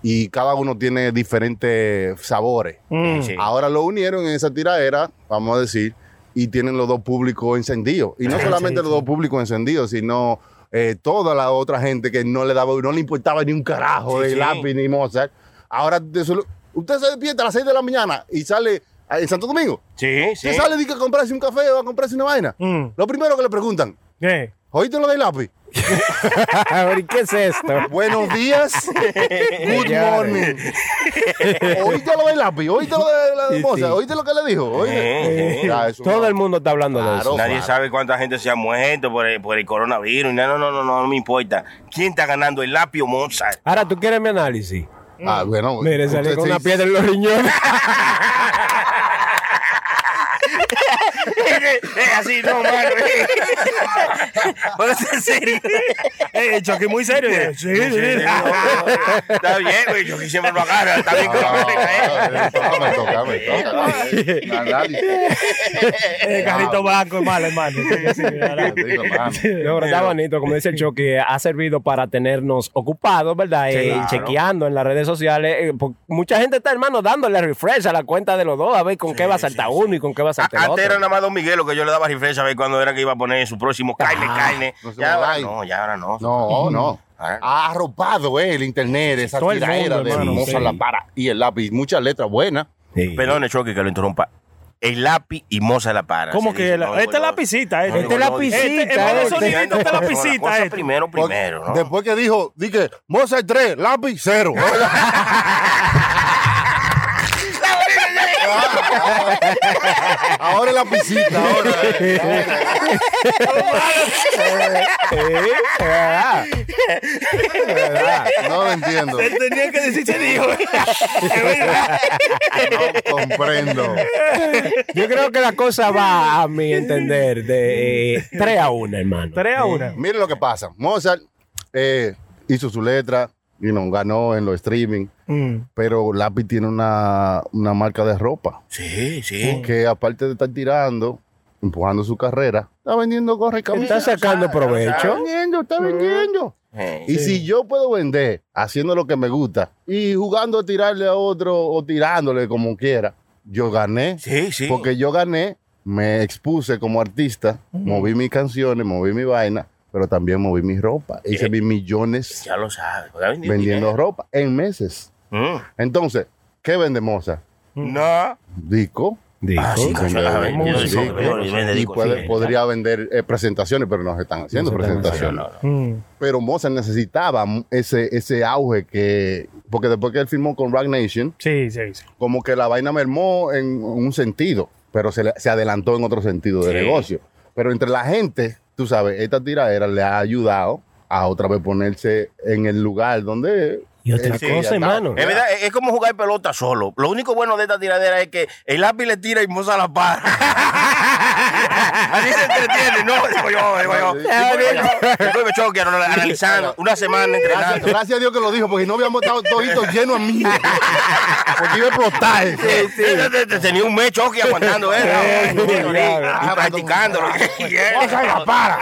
Y cada uno tiene diferentes sabores. Mm. Sí. Ahora lo unieron en esa tiradera, vamos a decir, y tienen los dos públicos encendidos. Y no solamente los dos públicos encendidos, sino eh, toda la otra gente que no le daba, no le importaba ni un carajo Sí, de sí. lápiz ni Mozart. Ahora te solo- usted se despierta a las 6 de la mañana y sale a- en Santo Domingo. Sí, sí. Usted sale y dice que comprarse un café o a comprarse una vaina. Mm. Lo primero que le preguntan, ¿Qué? ¿oíste lo del lápiz? Ahora, ¿y qué es esto? Buenos días. Good Señores. morning. ¿Oíste lo del lápiz? ¿Oíste lo de la de Sí, Mozart? sí. ¿Oíste lo que le dijo? ¿Oíste? Sí, sí. Ya, eso Eh, Todo no. el mundo está hablando de Claro. eso. Nadie Mano. sabe cuánta gente se ha muerto por el, por el coronavirus. No, no, no, no, no, me importa. ¿Quién está ganando el lápiz o Mozart? Ahora, ¿tú quieres mi análisis? Ah, bueno. Mire, salí usted con una sí- piedra en los riñones. Es Eh, así, no, mano. Pero es en serio. Eh, Chucky, muy serio. eh. Sí, sí, sí. Está bien, güey. Yo que siempre lo agarro. Está bien que lo agarre. Ah, Tócame, tócame, tócame. El análisis. Eh, carrito blanco es malo, hermano. Sí, sí, Te ¿verdad? Ah, digo, mano. No, pero está bonito, como dice el Chucky, ha servido para tenernos ocupados, ¿verdad? Eh, claro. Chequeando en las redes sociales. eh, por- mucha gente está, hermano, dándole refresh a la cuenta de los dos, a ver con qué va a saltar uno y con qué va a saltar el Antes era otro. nada más Don Miguel lo que yo le daba refresh a ver cuándo era que iba a poner su próximo carne, carne. no se Ya me ahora vaya. no, ya ahora no. No, no. Ah. Ahora- Ha arropado eh, el internet, esa Todo el tiradera mundo, de hermano, hermosa sí. la para y el lápiz. Muchas letras buenas. Perdone, Choque, que lo interrumpa. El lápiz y moza la para. ¿Cómo Se que? dice, la- no, esta es no, la pisita, no, esta. no, no, Esta es la Este, en vez pisita, de este. sonidito, esta es la Las pisita, cosas esta. Primero, Porque primero, ¿no? Después que dijo, dije, Mozart 3, lápiz 0. ahora es la piscina, ahora. Sí, es verdad. Es verdad. No lo entiendo. Tenía que decir, se dijo. No comprendo. Yo creo que la cosa va, a mi entender, de 3 a 1, hermano. 3 a 1. Miren lo que pasa. Mozart eh, hizo su letra y nos ganó en los streaming. Mm, Pero Lápiz tiene una, una marca de ropa. Sí, sí. que aparte de estar tirando, empujando su carrera, está vendiendo corre y Está camisa. sacando Está provecho. vendiendo, está vendiendo. Eh, Y si yo puedo vender haciendo lo que me gusta y jugando a tirarle a otro o tirándole como quiera, yo gané. Sí, sí. Porque yo gané, me expuse como artista, moví mis canciones, moví mi vaina, pero también moví mi ropa. Hice Eh. mis millones ya lo sabes. porque ha venido vendiendo dinero. ropa en meses. Mm. Entonces, ¿qué vende Moza? No. Disco. Ah, sí, Vende- claro, ah, vende vende disco, disco. vende- vende y disco, puede- sí. podría vender eh, presentaciones, pero no se están haciendo presentaciones. No, no, Pero Mozart necesitaba mu- ese, ese auge que. Porque después que él firmó con Rock Nation, Sí, sí, sí. como que la vaina mermó en un sentido, pero se, le- se adelantó en otro sentido de Sí. negocio. Pero entre la gente, tú sabes, esta tiradera le ha ayudado a otra vez ponerse en el lugar donde. Y otra él- cosa, ya estaba. hermano. Es verdad, es es como jugar pelota solo. Lo único bueno de esta tiradera es que el lápiz le tira y moza la para. Así se entretiene, ¿no? Digo yo, digo yo. Digo yo, Después me choque, ahora analizando, una semana Gracias, entrenando. gracias a Dios que lo dijo, porque si no habíamos estado toditos llenos de mierda. Porque iba a explotar. Te- te- te- Tenía un mes choque aguantando eso. ya. Y practicándolo. Moza la para.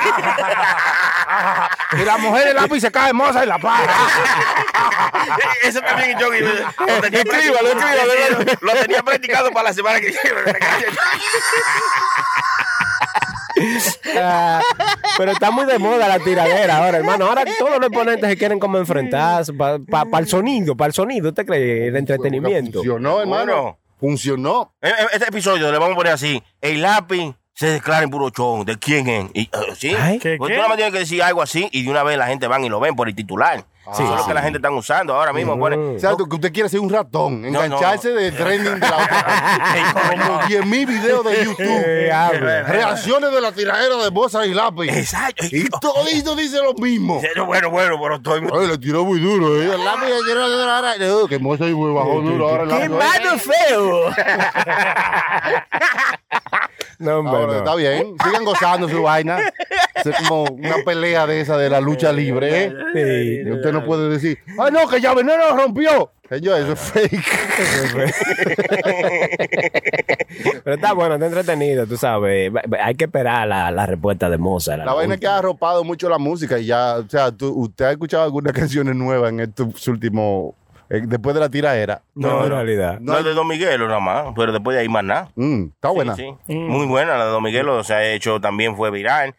Y la mujer del lápiz se cae hermosa y la para. Eso también es jogging. Lo tenía, Escríbalo, escríbalo. practicado- lo tenía practicado para la semana que viene. pero está muy de moda la tiradera ahora, hermano. Ahora todos los exponentes se quieren como enfrentar para el sonido, para el sonido, ¿usted cree? El entretenimiento. Funcionó, hermano. Seguro. Funcionó. Eh, eh, Este episodio le vamos a poner así: el lápiz se declara en puro chon. ¿De quién es? Y, eh, ¿Sí? Ay. ¿Qué, Porque qué? tú nada más tienes que decir algo así y de una vez la gente van y lo ven por el titular. Eso es lo que la gente está usando ahora mismo. ponen- O sea, tú- que usted quiere ser un ratón, no. engancharse de trending de la Como 10 mil videos de Eh, YouTube. habla. Reacciones de la tiradera de Bosa y Lápiz. Exacto. Y todito dice lo mismo. Pero Bueno, bueno, pero estoy muy. Ay, le tiró muy duro, ¿eh? El lápiz le tiró duro ahora. Eh, Que Bosa y muy bajó duro ahora. el lápiz. ¡Qué mano feo! no, hombre, Ahora, no. Está bien. Sigan gozando su vaina. Es como una pelea de esa de la lucha libre, ¿eh? Sí. Y usted no puede decir, ¡ay, no, que ya veneno rompió! Señor, eso es fake. Pero está bueno, está entretenido, tú sabes. Va- va- Hay que esperar la, la respuesta de Mozart. La vaina es que ha arropado mucho la música y ya, o sea, tú- ¿usted ha escuchado algunas canciones nuevas en estos últimos, eh, después de la Mm, tiraera? No, en realidad. No, es de Don Miguel, nada más. Pero después de ahí más nada. Mm, está buena. Sí, sí. Muy buena la de Don Miguel. O sea, hecho también fue viral.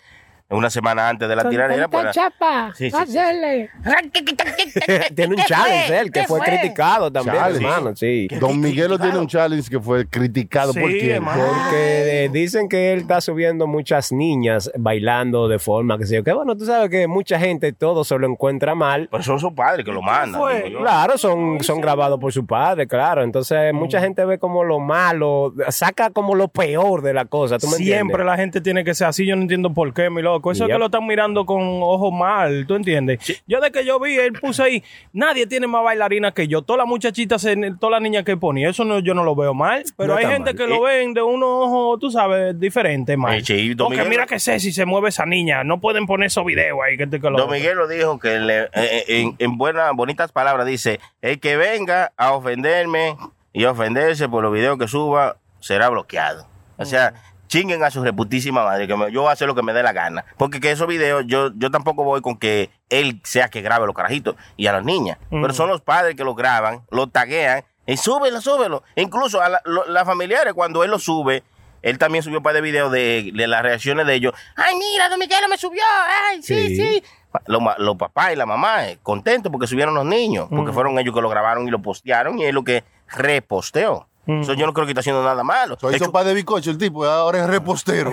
Una semana antes de la tiradera. Tanta pues, chapa, Sí, sí, sí. hacerle. Tiene un challenge él que fue, criticado también, Challenge. hermano, sí. Don Miguelo tiene un challenge que fue criticado Sí, por quién. hermano. Porque eh, dicen que él está subiendo muchas niñas bailando de forma que sé yo. Que bueno, tú sabes que mucha gente todo se lo encuentra mal. Pero son sus padres que lo mandan. fue? digo yo. Claro, son, son grabados por su padre, claro. Entonces mucha gente ve como lo malo, saca como lo peor de la cosa. ¿tú me Siempre entiendes? la gente tiene que ser así. Yo no entiendo por qué, mi loco. loco. Eso es Yep. que lo están mirando con ojos mal, ¿tú entiendes? Yo de que yo vi, él puso ahí, nadie tiene más bailarina que yo. Todas las muchachitas, en- todas las niñas que él ponía, eso no, yo no lo veo mal. Pero No hay está gente mal. que lo ven de unos ojos, tú sabes, diferentes, man. Eh, sí, Don Porque Miguel- mira que sé si se mueve esa niña. No pueden poner esos videos ahí. Que te, que lo- Don Miguel lo dijo que le- eh, eh, en, en buenas, bonitas palabras dice: El que venga a ofenderme y ofenderse por los videos que suba será bloqueado. O sea, chinguen a su reputísima madre, que me- yo voy a hacer lo que me dé la gana. Porque que esos videos, yo, yo tampoco voy con que él sea que grabe a los carajitos y a las niñas. Pero son los padres que los graban, los taguean y súbelo, súbelo. Incluso a la- lo- las familiares, cuando él lo sube. Él también subió un par de videos de, de las reacciones de ellos. Ay, mira, Don Miguel me subió. Ay, Sí. sí, sí. Los, ma- los papás y la mamá eh, contentos porque subieron los niños, porque fueron ellos que lo grabaron y lo postearon y es lo que reposteó. So, yo no creo que está haciendo nada malo. Soy Es que- sopa de bizcocho el tipo, ahora es repostero.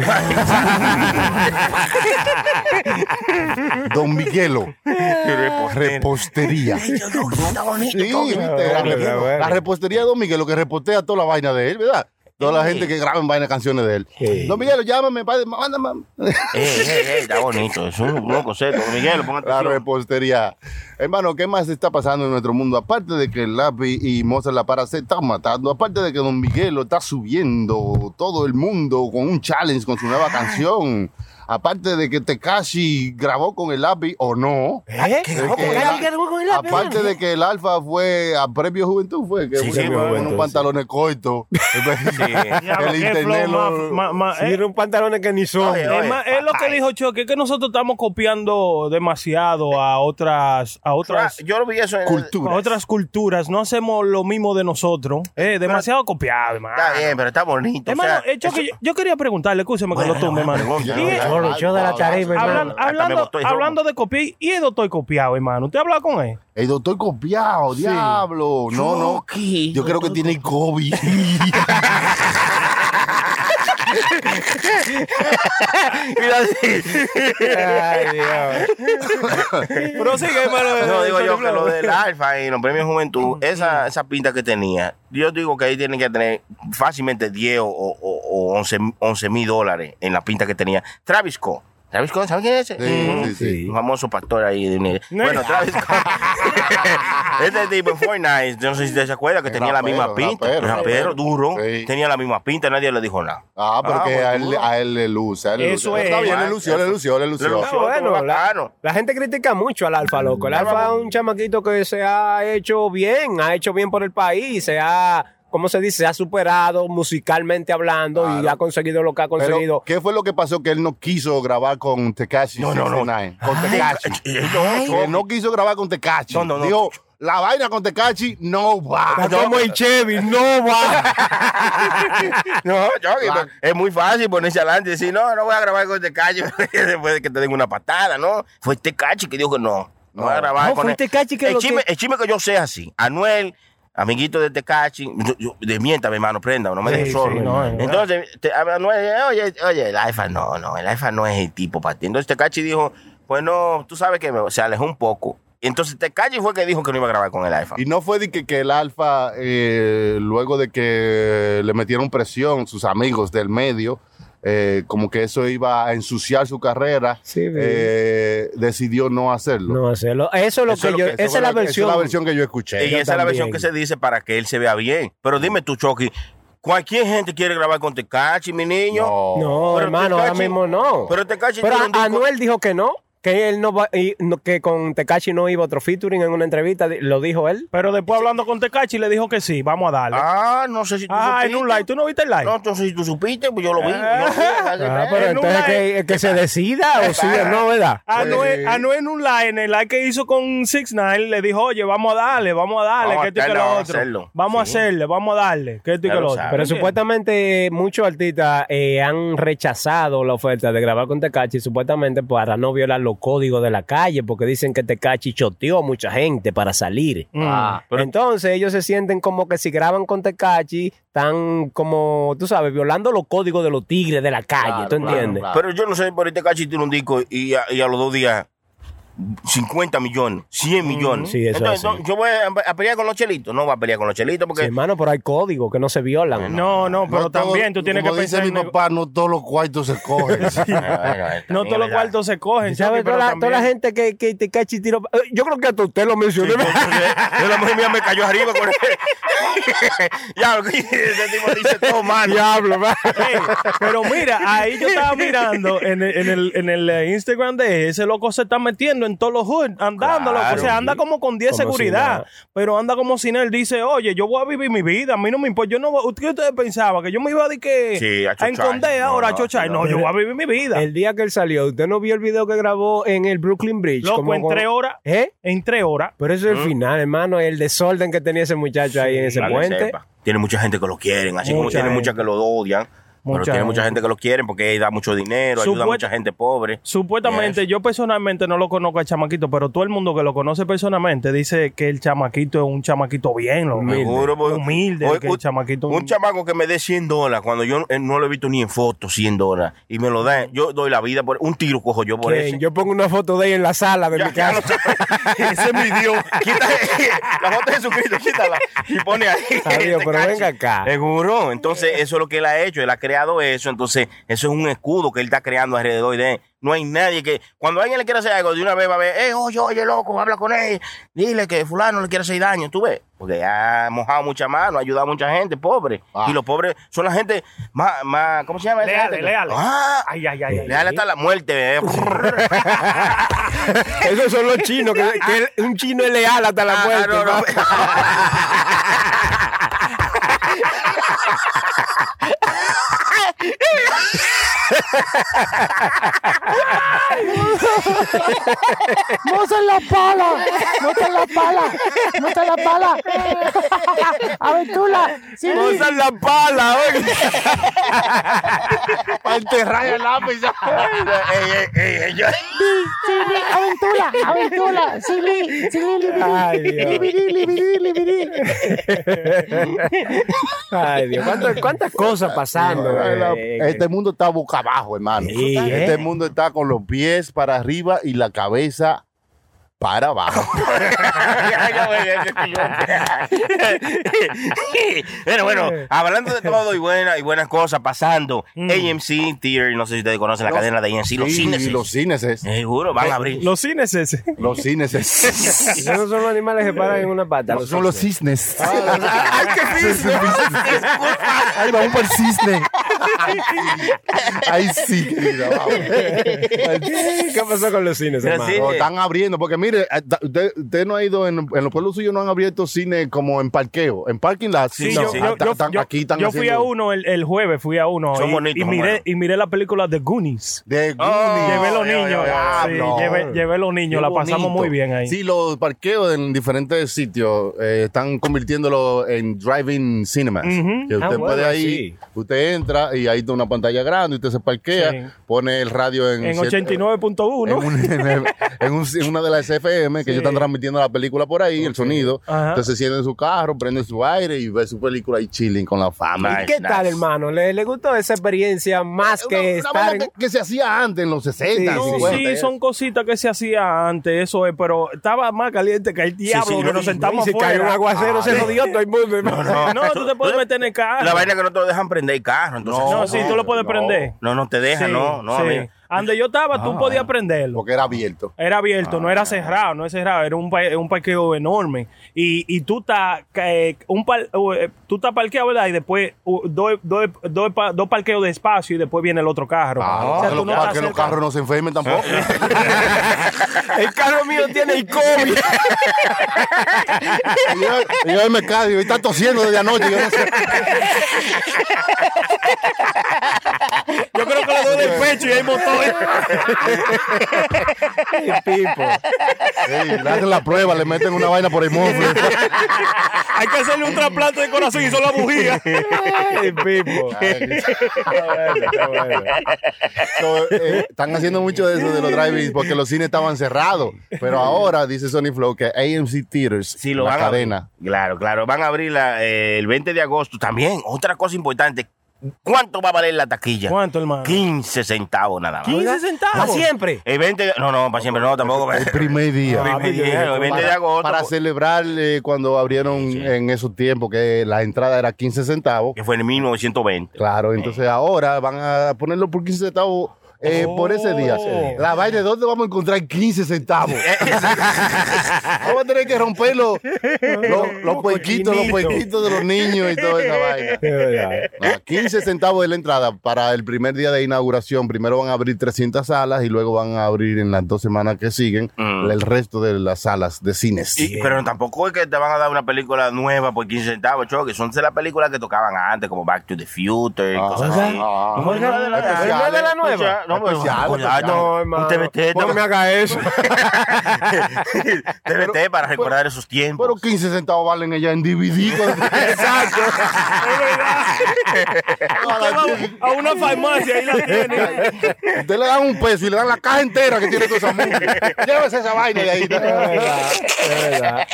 Don Miguelo, Eh. repostería. Sí, ¿viste? la, bueno, está bueno. la repostería de Don Miguelo que repostea toda la vaina de él, ¿verdad? Toda la Sí. gente que graba en vaina canciones de él. Sí. Don Miguelo, llámame, padre, mándame. Eh, eh, eh, está bonito. Es un buen concepto. Miguel, ponga La atención. repostería. Hermano, ¿qué más está pasando en nuestro mundo? Aparte de que el lápiz y Mozart La Para se están matando, aparte de que Don Miguel lo está subiendo todo el mundo con un challenge con su nueva canción. Aparte de que Tekashi grabó con el lápiz o no. Ah, ¿Eh? De que la- aparte de que el Alfa fue a Premio Juventud, fue que Sí, fue sí, con Premio unos Juventud, pantalones cortos. Diablo, el qué internet flow lo- más- más- más- Sí, eh, era un pantalón que ni son. Oye, Es, más, es lo que dijo Chucky, es que nosotros estamos copiando demasiado a otras, a otras, Yo lo vi eso en Cultura. a otras culturas. No hacemos lo mismo de nosotros. Eh, demasiado copiado, hermano. Está bien, pero está bonito. o sea, Hermano, eh, Chucky, yo, yo quería preguntarle, escúcheme que lo tome, hermano. pregunta, Y- pregunta. No lo echó de la tarima, hablan- hermano. hasta me hablando, botó el hablando de copiar, y el doctor copiado, hermano. ¿Usted ha hablado con él? El doctor copiado, diablo. No, no. Yo creo que tiene COVID. Mira, sí. Ay, Dios. Pero sigue, hermano. No, digo yo que lo del Alfa y los premios Juventud, esa, esa pinta que tenía, yo digo que ahí tienen que tener fácilmente 10 o, o, o 11 11 mil dólares en la pinta que tenía Travis Scott. Travis Scott, ¿saben quién es ese? Sí, sí, sí. Sí. Un famoso pastor ahí. de un- Bueno, Travis Scott. este tipo en Fortnite, yo no sé si ustedes se acuerdan que Es tenía la rapero, misma pinta. rapero. Rapero, duro. Sí. Tenía la misma pinta, nadie le dijo nada. Ah, pero Ah, que bueno, a, él, a él le luce. A él le Eso luce. es. Está bien, le lució, le lució, le Le lució. lució. Ah, bueno, bacano. la, la gente critica mucho al Alfa, loco. El Alfa es un chamaquito que se ha hecho bien, ha hecho bien por el país, se ha, ¿cómo se dice? Se ha superado musicalmente hablando y ha conseguido lo que ha Pero, conseguido. ¿qué fue lo que pasó que él no quiso grabar con Tekashi? No, no, no. 69? Con Tekashi. Eh, eh, no, Que Chucky. no quiso grabar con Tekashi. No, no, no. Dijo, la vaina con Tekashi Ah, no va. Está como el Chevy, no va. No, Chucky, Va. no. es muy fácil ponerse adelante y decir, no, no voy a grabar con este cacho después de que te den una patada, ¿no? Fue este cacho que dijo que no, no voy a grabar No, con fue él. Tecachi que el, lo chisme, que- el chisme que yo sé es así, Anuel, amiguito de Tecachi, yo- yo- desmiéntame, hermano, prenda, no me dejes solo. Entonces, te- Anuel, eh, oye, oye, el alfa no, no, el alfa no es el tipo para ti. Entonces Tecachi dijo, pues no, tú sabes que me- se alejó un poco. Entonces Tecachi fue que dijo que no iba a grabar con el alfa. Y no fue de que, que el Alfa, eh, luego de que le metieron presión sus amigos del medio, eh, como que eso iba a ensuciar su carrera, Sí, eh, decidió no hacerlo. No sé, lo- eso es lo Eso que lo yo, que- eso esa fue es la lo que- esa versión. es la versión que yo escuché. Y esa es la versión que se dice para que él se vea bien. Pero dime tú, Chucky, cualquier gente quiere grabar con Tecachi, mi niño. No, Pero hermano, Tekashi- ahora mismo no. Pero Tekashi Pero tiene un a- disco- Anuel dijo que no, que él no va, y no- que con Tecachi no iba otro featuring en una entrevista, di- lo dijo él. Pero después hablando con Tecachi le dijo que sí, vamos a darle. Ah, Ah, no sé si tú en un like. ¿Tú no viste el like? No, no sé si tú supiste, pues yo lo vi. yo lo vi. Ah, pero en un entonces live- que, que se decida o sí o Ah, no, ¿verdad? Anuel, Anuel ah, en un like, en el like que hizo con Six Nine, le dijo, oye, vamos a darle, vamos a darle, Vamos que esto a y que hacerlo, lo vamos a otro. hacerlo. Vamos a Sí. hacerle, vamos a darle, que esto y Ya que lo lo otro. sabe. Pero ¿Entiendes? supuestamente eh, muchos artistas eh, han rechazado la oferta de grabar con Tecachi, supuestamente para no violar los códigos de la calle, porque dicen que Tecachi choteó a mucha gente para salir. Ah, Entonces ellos se sienten como que si graban con Tecachi, están como, tú sabes, violando los códigos de los tigres de la calle, ¿tú entiendes? Pero yo no sé por ahí Tekashi tiene un disco y a, y a los dos días 50 millones, 100 millones. Sí, eso Entonces, es no, así. yo voy a, a pelear con los chelitos. No va a pelear con los chelitos Sí, porque hermano, pero hay códigos que no se violan. mm, No, no, pero No todo- también tú tienes que como pensar. dice en mi nego- papá, no todos los cuartos se cogen. No todos los cuartos se cogen, ¿Sabes? Chucky, pero Toda, la- toda la también- gente que, que te cachi tiro. eh, Yo creo que hasta usted lo mencionó. Yo la mujer mía me cayó arriba con Ya, ese tipo dice todo mal. Diablo, man. Ey, pero mira, ahí yo estaba mirando en el, en el, en el, eh, Instagram de ese loco se está metiendo en todos los hoods, andando, loco. O sea, Claro. anda como con 10 Como si seguridad, nada. pero anda como sin él. Dice, oye, yo voy a vivir mi vida, a mí no me importa. Yo no, voy- ¿Qué ustedes pensaban? ¿Que yo me iba a, decir que, Sí, a a chochar. enconder No, ahora a no, chochar? No, no. yo voy a vivir mi vida. El día que él salió, ¿usted no vio el video que grabó en el Brooklyn Bridge? loco, Como- en tres horas, ¿Eh? en tres horas. Pero eso es el final, hermano. El desorden que tenía ese muchacho ahí en ese Para que puente. sepa. Tiene mucha gente que lo quieren, así como Mucha tiene gente. mucha que lo odian. pero Mucha tiene mucha gente. gente que lo quieren porque da mucho dinero, ayuda a Supuest- mucha gente pobre. Supuestamente, yo personalmente no lo conozco al chamaquito, pero todo el mundo que lo conoce personalmente dice que el chamaquito es un chamaquito bien, loco. Humilde. Seguro, porque- Humilde, Oye, que el chamaquito- un chamaco que me dé 100 dólares cuando yo eh, no lo he visto ni en foto 100 dólares y me lo dan, yo doy la vida por un tiro cojo yo por Que eso. Yo pongo una foto de él en la sala de mi Ya, casa. ya lo sabes. Ese es mi Dios. Quita la foto de Jesucristo, quítala. Y pone ahí. Adiós, Te pero cacho. venga acá. Seguro. Entonces, eso es lo que él ha hecho. Él ha creado eso. Entonces, eso es un escudo que él está creando alrededor de él. No hay nadie que. Cuando alguien le quiere hacer algo, de una vez va a ver, eh, oye, oye, loco, habla con él. Dile que Fulano le quiere hacer daño. Tú ves. Porque ha mojado mucha mano, ha ayudado a mucha gente, pobre. Ah. Y los pobres son la gente más. más ¿Cómo se llama? esa Leales, gente? leales. Ah, Ay, ay, ay, ay. leales hasta la muerte. eh. Esos son los chinos. Que, que un chino es leal hasta la Ah, muerte. no, no. Ah. ¿no? ¡No se la pala! ¡No te la pala! ¡No te la pala! ¡Aventura! ¡Sí! Usan la pala, oye. Para enterrar el lápiz. Ey, ey, ey, ey, yo- ¡Sili! ¡Aventura! ¡Aventura! ¡Sili! ¡Sili! Ay, Dios. ¡Libiri! ¡Libiri! ¡Libiri! Ay, Dios. ¿Cuántas, cuántas cosas pasando? eh, eh, Este mundo está boca abajo, hermano. Sí, ¿eh? Este mundo está con los pies para arriba y la cabeza para abajo. Ya, ya, güey, ya, ya, ya. bueno, bueno, hablando de todo y buenas y buenas cosas pasando. Mm. AMC Theater, no sé si ustedes conocen la Los- cadena de AMC, los Eh. Sí, cines. Los cines es. Seguro, van a abrir. Los cines ese. Los cines es. Esos no son los animales que paran en una pata. Son los cisnes. ¡Ay, qué difícil! Ahí va un por cisne. Ahí sí, querida, vamos. ¿Qué pasó con los cines, Pero hermano? sí. No, están abriendo, porque mire, eh, ta- usted, usted no ha ido, en, en los pueblos suyos no han abierto cine como en parqueo, en parking lots. Sí, No, yo- ah, ta- tan- yo- aquí están yo fui a haciendo- uno el, el jueves, fui a uno. Son y, bonitos, y son miré, buenos. y miré la película de Goonies. De Oh, llevé los ya, ya, niños. ya, sí, ya, llevé, no. llevé los niños, Qué la pasamos bonito. muy bien ahí. Sí, los parqueos en diferentes sitios eh, están convirtiéndolo en driving cinemas. Ujú. Que usted Ah, puede bueno, ahí, sí. usted entra y ahí está una pantalla grande, usted se parquea, Sí. pone el radio en, en siete- 89.1. En, un- en- en un- en una de las FM que ellos están transmitiendo la película por ahí, el sonido. Ajá. Entonces siente en su carro, prende su aire y ve su película ahí chilling con la fama. ¿Y qué tal, hermano? ¿Le, le gustó esa experiencia más Una- que una estar vaina en- que, que se hacía antes, en los 60, Sí, No, 50, sí, eso. son cositas que se hacía antes, eso es, pero estaba más caliente que el diablo, sí, que no, nos y- sentamos y se cayó afuera. Ah, un aguacero, se jodió todo el mundo, hermano. No, No, tú te puedes meter en el carro. La vaina es que no te lo dejan prender el carro. Entonces, No, sí, tú lo puedes prender. No, no te dejan, Sí, no, no, sí. amigo. Ande yo estaba, Ah, tú eh. podías prenderlo. Porque era abierto. Era abierto, no era cerrado, no es cerrado, era un, pa- un parqueo enorme. Y, y tú estás eh, un par- o, eh, tú estás parqueado, ¿verdad? Y después uh, dos dos- dos pa- dos parqueos de espacio y después viene el otro carro. Ah, O sea, que, tú los, no estás que los cerca. carros no se enfermen tampoco. Ah, El carro mío tiene el COVID. Y yo, y yo me cago y está tosiendo desde anoche. Yo no sé. Yo creo que le duele el pecho y hay motor. Pipo. Sí, le hacen la prueba, le meten una vaina por el mofle. hay que hacerle un trasplante de corazón y son las bujías. Ay, Pipo. So, eh, están haciendo mucho de eso de los drive-ins porque los cines estaban cerrados. Pero ahora dice Sony Flow que AMC Theaters, Sí, lo la van a cadena. abrir. Claro, claro. Van a abrir la, eh, el 20 de agosto también. Otra cosa importante. ¿Cuánto va a valer la taquilla? ¿Cuánto, hermano? 15 centavos nada más. 15 centavos. ¿Para siempre? El 20 de- No, no, para siempre no, tampoco. El primer día. El Ah, primer día, el 20 de Para, agosto. para pues, celebrar eh, cuando abrieron en esos tiempos que la entrada era 15 centavos. Que fue en 1920. Claro, entonces ahora van a ponerlo por 15 centavos eh, por ese día. Oh. La vaina, ¿dónde vamos a encontrar 15 centavos? vamos a tener que romper los, los, los puerquitos, los puerquitos de los niños y toda esa vaina. Es verdad. No, 15 centavos de la entrada para el primer día de inauguración. Primero van a abrir 300 salas y luego van a abrir en las dos semanas que siguen Mm. el resto de las salas de cines. Y- pero tampoco es que te van a dar una película nueva por 15 centavos, choque. Son de las películas que tocaban antes, como Back to the Future, y Ah, cosas ah, así. ah, No, no, no, no, especiales, no, no, no, no, especiales, no, no, especiales, especiales. no, no, un TBT, no, Porque- haga eso. TBT para recordar esos tiempos. Pero 15 centavos valen ella en DVD. Exacto. A una farmacia, ahí la tiene. Usted le dan un peso y le dan la caja entera que tiene toda esa música. Llévese esa vaina de ahí.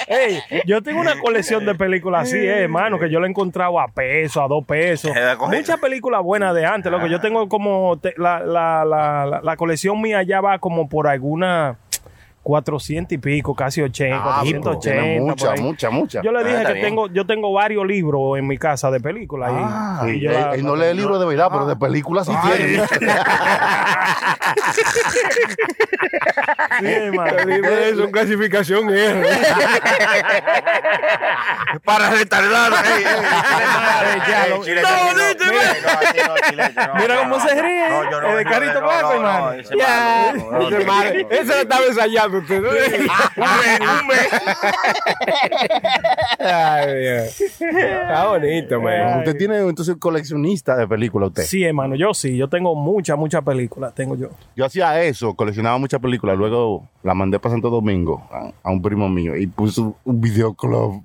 Ey, yo tengo una colección de películas así, eh, hermano, que yo la he encontrado a peso, a dos pesos. Eh, la cogí. Muchas películas buenas de antes, loco. Yo tengo como te- la, la, la, la, la colección mía ya va como por alguna 400 y pico, casi 80, Ah, Tiene 480. mucha, por Ah, ahí. mucha, mucha. Yo le dije está que bien. tengo, yo tengo varios libros en mi casa de películas. y- Ah, y, él, yo la- él no lee libros de verdad, pero de películas sí tiene. Sí, hermano. Es una clasificación R. para retardar. ey, ey, Ey, ya, ey, lo- chile, No, chile, dígame. no, chile, no, así no, chile, no, Mira no, cómo no, se no, ríe, no, eh, yo no, el de no, Carito no, no, Paco, no, hermano. ese malo, no, no, no, no, no, Esa la estaba ensayando usted. Ah, Ay, Dios. Está bonito, man. Usted tiene entonces coleccionista de películas usted. Sí, hermano, yo sí, yo tengo muchas, muchas películas, tengo yo. Yo hacía eso, coleccionaba muchas películas. Luego la mandé para Santo Domingo a, a un primo mío y puso un videoclub.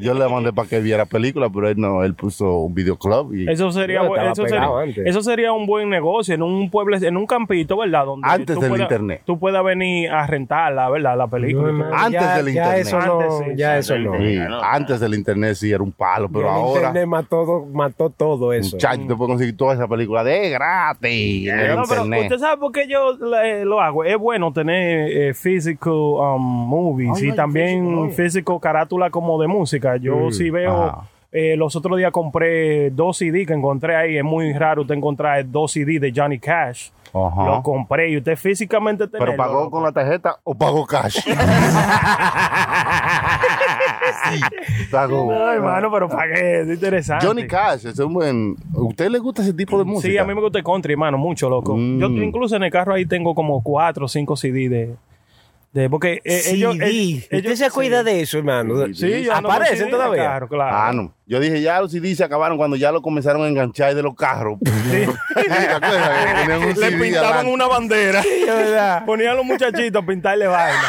Yo le mandé para que viera películas, pero él no, él puso un videoclub. Y Eso sería, Yo bu- estaba eso pegado sería, antes. eso sería un buen negocio en un pueblo, en un campito, ¿verdad? Donde Antes tú del puedas- internet. Tú puedas venir a rentarla, ¿verdad? La película. y todo. Antes del Ya internet. eso no. Antes, sí, ya sí, eso no. Sí, antes del internet sí era un palo, pero el ahora, internet mató, todo- mató todo eso. muchachos, te puedes conseguir toda esa película de gratis en el No, pero internet. usted sabe por qué yo eh, lo hago. Es bueno tener eh, physical um, movies y también physical carátula como de música. Yo sí veo. Mm, Ajá. eh, los otros días compré dos CD que encontré ahí. Es muy raro usted encontrar dos CD de Johnny Cash. Ajá. Lo compré y usted físicamente Pero tenerlo, pagó loco. con la tarjeta o pagó cash. Sí, pagó. No, hermano, pero pagué. Es interesante. Johnny Cash, es un buen. ¿A usted le gusta ese tipo de música? Sí, a mí me gusta el country, hermano, mucho, loco. Mm. Yo incluso en el carro ahí tengo como cuatro o cinco CD de... de porque eh, CD. ellos... ¿Usted se cuida de eso, hermano? Sí, yo ando con CD en ¿Aparecen el todavía? carro, claro. Ah, no. Yo dije, ya los CD se acabaron cuando ya lo comenzaron a enganchar de los carros. Sí, ¿te acuerdas? Que ponían un Le CD pintaban adelante. una bandera. verdad. Ponían a los muchachitos a pintarle vaina.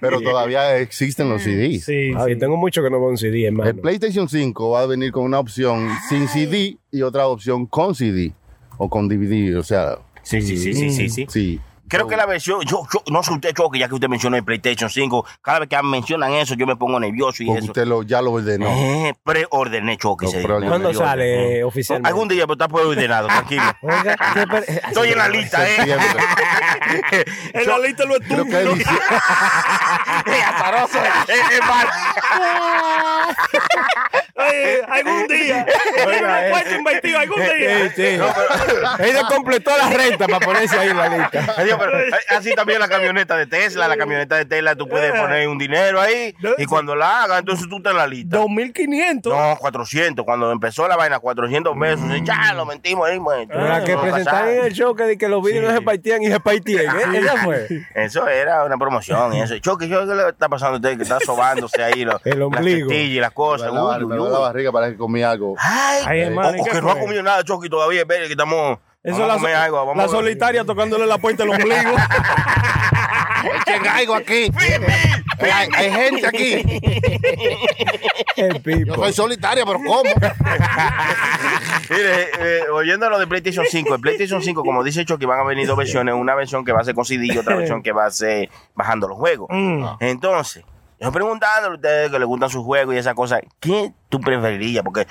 Pero todavía existen los CDs. Sí, Ah, Ay, sí. tengo mucho que no veo un CD, hermano. El PlayStation 5 va a venir con una opción sin CD y otra opción con CD o con DVD. O sea, Sí, sí, sí, sí, sí, sí. sí. Creo que la versión, yo, yo- no sé usted, Choque, ya que usted mencionó el PlayStation 5, cada vez que mencionan eso yo me pongo nervioso y Porque eso. usted lo, ya lo ordenó. Eh, preordené, Choque. Lo se- preordené. ¿Cuándo nervioso. sale Eh. eh, oficialmente? Algún día, pero está preordenado, tranquilo. Oiga, ¿qué per- Estoy en la lista, eh. Septiembre. El alita lo Creo que estuvo. dice- Es azaroso, es- es malo. eh, Algún día. Oye, puesto invertido algún día. Ella completó la renta para ponerse ahí en la lista. Ay, Dios, pero, eh, así también la camioneta de Tesla, la camioneta de Tesla, tú puedes Eh. poner un dinero ahí y cuando la hagas, entonces tú te la lista. 2500. No, 400. Cuando empezó la vaina, 400 pesos. Y Ya, lo mentimos ahí, pues, La que no va a presentaron en pasar. el show que, di que los vídeos no se partían y se partían. ¿eh? Esa fue. Eso era una promoción y eso. Choque, yo, ¿qué le está pasando a usted? Que está sobándose ahí los, El ombligo. las tetillas y las cosas. Me da la- Uy, me uy, da uy. la barriga para que comí algo. Ay, Ay, hermano, o, o ¿qué que no ha fue? comido nada, Choque, todavía. Espere, que estamos. Eso vamos a la, comer algo, vamos la a- solitaria tocándole la puerta del ombligo. Echen algo aquí. Hay, hay- hay gente aquí. El Yo pipo. soy solitaria, pero ¿cómo? Mire, eh, oyendo lo de PlayStation 5, el PlayStation 5, como dice Chucky, van a venir dos versiones, una versión que va a ser con CD y otra versión que va a ser bajando los juegos. Entonces, Yo preguntándole a ustedes que les gustan sus juegos y esas cosas, ¿qué tú preferirías? Porque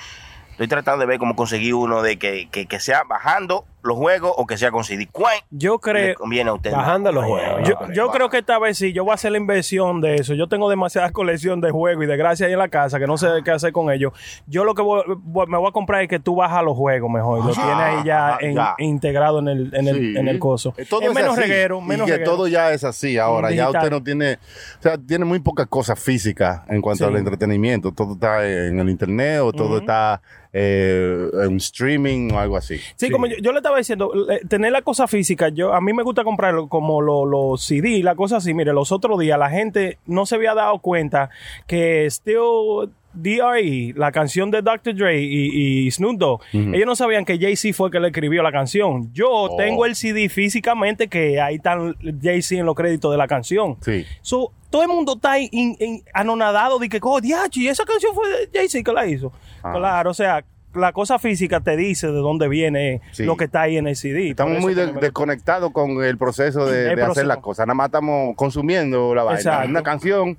estoy tratando de ver cómo conseguir uno de que, que, que sea bajando los juegos o que sea con CD. ¿Cuál Yo le creo. conviene a usted? Bajando los juegos. Yo, vale, yo vale. creo que esta vez sí, yo voy a hacer la inversión de eso. Yo tengo demasiadas colección de juegos y de gracia ahí en la casa que no sé qué hacer con ellos. Yo lo que voy- voy- me voy a comprar es que tú bajas los juegos mejor. Lo Ah, tienes ahí ya, ah, en- ya. integrado en el, en el, Sí. en el coso. Eh, Todo es menos así, reguero, menos y que reguero. todo ya es así ahora. Ya Digital. usted no tiene, o sea, tiene muy pocas cosas físicas en cuanto Sí. al entretenimiento. Todo está en el internet o todo está eh, en streaming o algo así. Sí, como yo, yo le estaba diciendo, eh, tener la cosa física, yo a mí me gusta comprar como lo- los CD, la cosa así. Mire, los otros días la gente no se había dado cuenta que Still DRE, la canción de Dr. Dre y, y Snoop Dogg, ellos no sabían que Jay-Z fue el que le escribió la canción. Yo tengo el CD físicamente que ahí están Jay-Z en los créditos de la canción. Sí. So, todo el mundo está in- in- anonadado de que, oh, diachi, esa canción fue de Jay-Z que la hizo. Ah. Claro, o sea, la cosa física te dice de dónde viene Sí. lo que está ahí en el CD. Estamos Por eso muy que de- no me- desconectados con el proceso de, El de proceso. hacer las cosas. Nada más estamos consumiendo la vaina. Exacto. Una canción,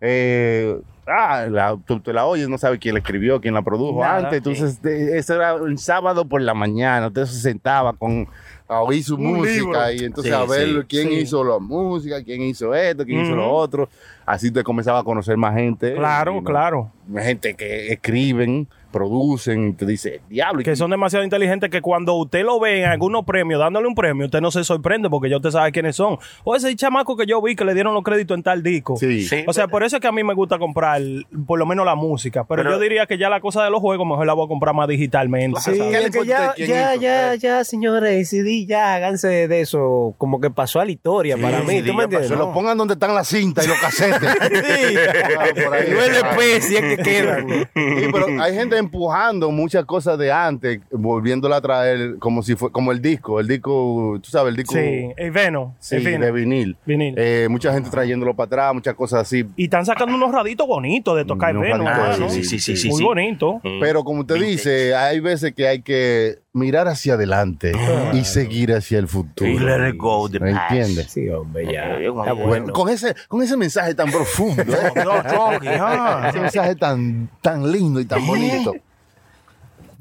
eh, ah, la- tú te la oyes, no sabes quién la escribió, quién la produjo Nada, antes. Entonces, te- eso era un sábado por la mañana. Usted se sentaba con a oír su música y entonces Sí, a ver sí, quién sí. hizo la música, quién hizo esto, quién hizo lo Ujú. otro. Así te comenzaba a conocer más gente. Claro, Y, ¿no? claro. Gente que escriben, producen, y te dice, diablo. ¿y Que son demasiado inteligentes que cuando usted lo ve en algunos premios, dándole un premio, usted no se sorprende porque ya usted sabe quiénes son. O ese chamaco que yo vi que le dieron los créditos en tal disco. Sí. Sí, O sea, por eso es que a mí me gusta comprar por lo menos la música. Pero, Pero- yo diría que ya la cosa de los juegos mejor la voy a comprar más digitalmente. Sí, ¿Qué le que ya, importa quién ya, hizo? ya, ya, señores, CD, ya, háganse de eso. Como que pasó a la historia para mí, CD ¿tú me ya entiendes? Se lo pongan donde están las cintas y los casetes. Sí. No LP, si es que quedan. Sí, pero hay gente empujando muchas cosas de antes, volviéndola a traer como si fue como el disco, el disco, tú sabes, el disco Sí, y Venom. sí, en fin. de vinil. Vinil. Eh, mucha gente trayéndolo para atrás, muchas cosas así. Y están sacando unos raditos bonitos de tocar Unos Venom. raditos, ah, sí, ¿no? sí, sí, sí, Muy sí. bonito. Pero como usted dice, hay veces que hay que mirar hacia adelante Ah. y seguir hacia el futuro. Y let it go, the ¿Me past. entiende? Sí, hombre, ya. Eh, Está bueno. bueno. Con ese, con ese mensaje tan profundo, ¿eh? ese mensaje tan, tan lindo y tan bonito.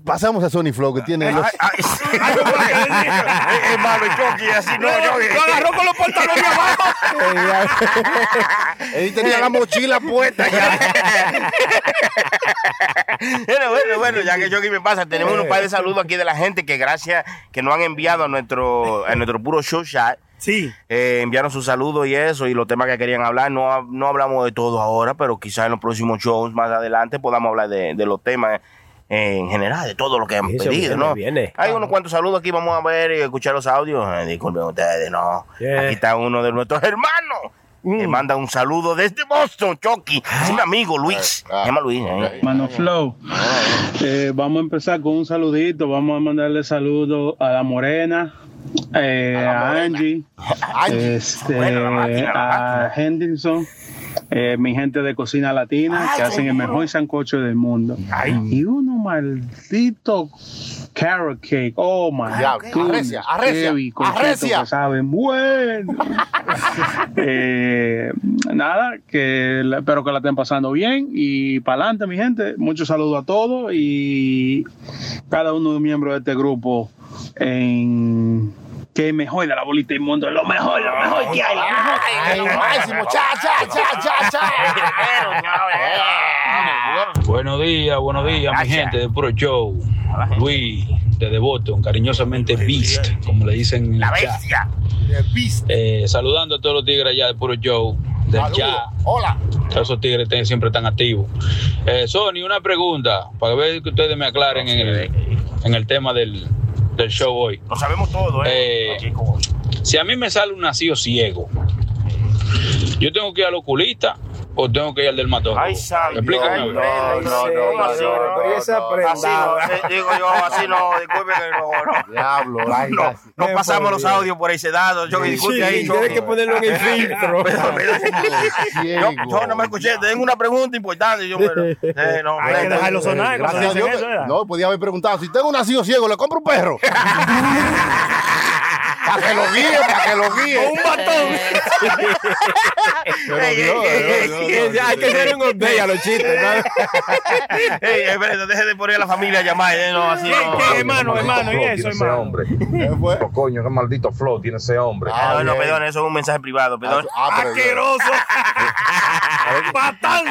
Pasamos a Sony Flow, que tiene los Hermano, y Coqui, así no, yo. agarró con los pantalones abajo. Él eh, tenía la mochila puesta ya. Bueno, bueno, bueno, ya que yo aquí me pasa, tenemos un par de saludos aquí de la gente que gracias que nos han enviado a nuestro, a nuestro puro show chat. Sí. Eh, enviaron sus saludos y eso, y los temas que querían hablar. No, hab- no hablamos de todo ahora, pero quizás en los próximos shows más adelante podamos hablar de, de los temas eh, en general, de todo lo que han Eso pedido, viene, ¿no? viene. Hay unos cuantos saludos aquí, vamos a ver y escuchar los audios. Eh, disculpen ustedes, no. Yeah. Mm. Aquí está uno de nuestros hermanos. Que manda un saludo desde Boston, Chucky. Es un amigo, Luis. Se llama Luis. eh. Mano Flow, eh, vamos a empezar con un saludito. Vamos a mandarle saludos a la Morena, eh, a, Angie, este, Bueno, la máquina, la a Henderson, eh, mi gente de cocina latina, que hacen el mejor sancocho del mundo. Y uno maldito carrot cake. Oh my Diablo, God. arrecia, arrecia, arrecia. saben bueno. Eh, nada, que la- espero que la estén pasando bien y para adelante, mi gente. Muchos saludos a todos y cada uno de los miembros de este grupo en que es mejor de la bolita del mundo, lo mejor, lo mejor que hay. lo mejor. Ay, lo máximo. Cha, cha, cha, cha, cha. Buenos días, buenos Ah, días, mi gente de Puro Show. Luis, de Devoto, cariñosamente Beast, como le dicen. en La el chat. bestia. Eh, saludando a todos los tigres allá de Puro Show, del chat. Hola. Todos esos tigres ten- siempre están activos. Eh, Sony, una pregunta, para ver que ustedes me aclaren en el, en el tema del, del show hoy. Lo sabemos todo, ¿eh? Eh, Si a mí me sale un nacido ciego, ¿yo tengo que ir al oculista o tengo que ir al dermatólogo? Ay, santo. Explícame. Ay, a ver. no, no, no, no, Sí, no, no, y esa no. prenda. Así no, eh, digo yo, así no, disculpe que no, no. Diablo, la No, no pasamos los audios por ahí sedados. Yo que disculpe ahí. yo- Tienes que ponerlo en el filtro. Yo, yo no me escuché, tengo una pregunta importante. Yo, pero, eh, no, Hay que pero- dejarlo sonar. como Gracias a dicen Dios. eso, ¿verdad? No, podía haber preguntado. Si tengo un nacido ciego, ¿le compro un perro? Para que lo guíe, para que lo guíe. Un batón. Pero eh, Dios, Dios, Dios, Dios. Hay que hacer un update a los chistes. Ey, eh, espérate, deje de poner a la familia a llamar. eh, No, así no. hermano, hermano, y eso, hermano. hombre. Oh, coño, qué maldito flow tiene ese hombre. Ah, bueno, perdón, eso es un mensaje privado, perdón. Ah, Asqueroso. ¡Patán!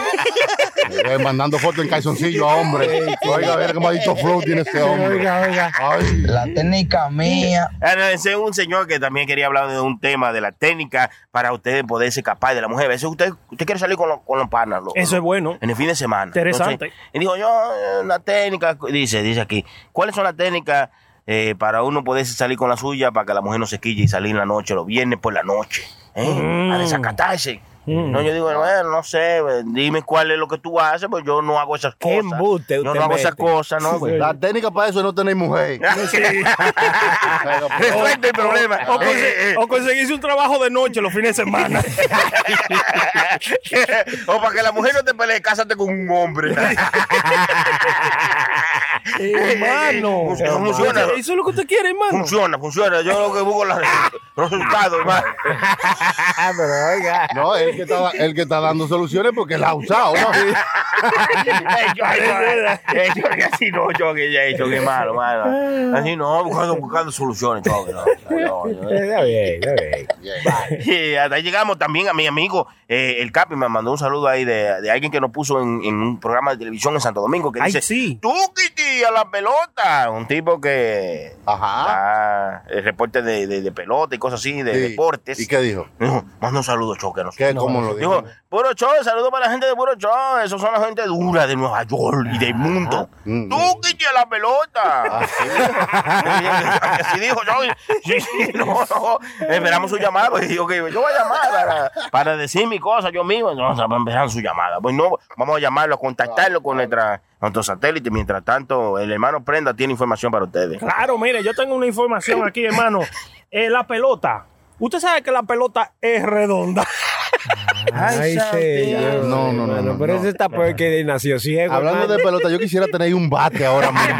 Eh, mandando fotos en calzoncillo a hombre. Oiga, a ver qué maldito flow tiene este hombre. La técnica mía. Ah, Ese es un señor que también quería hablar de un tema de la técnica para ustedes poderse escapar de la mujer. A veces usted, usted quiere salir con, lo- con los panas, loco. Eso es bueno. En el fin de semana. Interesante. Entonces, y dijo, yo, eh, la técnica, dice, dice aquí, ¿cuáles son las técnicas eh, para uno poderse salir con la suya para que la mujer no se quille y salir en la noche, los viernes por la noche? ¿eh? A Mm. desacatarse. Mm. No, yo digo, bueno, no sé, eh, dime cuál es lo que tú haces, pues yo no hago esas cosas. yo no hago esas cosas, ¿no? pues, güey? La técnica para eso es no tener mujer. Resuelve el problema. O, conse- o conseguirse un trabajo de noche los fines de semana. o para que la mujer no te pelee, cásate con un hombre. hermano. Eso funciona. Eso es lo que usted quiere, hermano. Funciona, funciona. Yo lo que busco es los resultados, hermano. No, es el que, está, el que está dando soluciones porque la ha usado. ¿no? Ey, yo, ay, yo, ey, yo, que así no, yo que ya he hecho, que malo, malo. Así no, buscando, buscando soluciones, yo que no. Está bien, está bien. Y hasta ahí llegamos también a mi amigo, eh, el Capi me mandó un saludo ahí de, de alguien que nos puso en, en un programa de televisión en Santo Domingo que Ay, dice, sí. tú Kitty, a la pelota, un tipo que Ajá. el reporte de, de- de pelota y cosas así, de Sí. deportes. ¿Y qué dijo? Dijo, manda un saludo, Choque. No sé. ¿Qué? ¿Cómo lo dijo? Dijo, Puro Show, saludo para la gente de Puro Show, esos son la gente dura de Nueva York y del mundo. Mm. Tú Kitty, a la pelota. Ah, Así dijo yo. Sí, sí, no, no. Esperamos su llamada. Pues, digo que yo voy a llamar para, para decir mi cosa yo mismo. No, o sea, empezaron su llamada. Pues no, vamos a llamarlo, a contactarlo con nuestra, nuestro satélite. Mientras tanto, el hermano Prenda tiene información para ustedes. Claro, mire, yo tengo una información aquí, hermano. Eh, la pelota. Usted sabe que la pelota es redonda. Ay, señor. No, no, no, hermano, no, Pero no. ese está porque nació ciego. Hablando de pelota, yo quisiera tener un bate ahora mismo.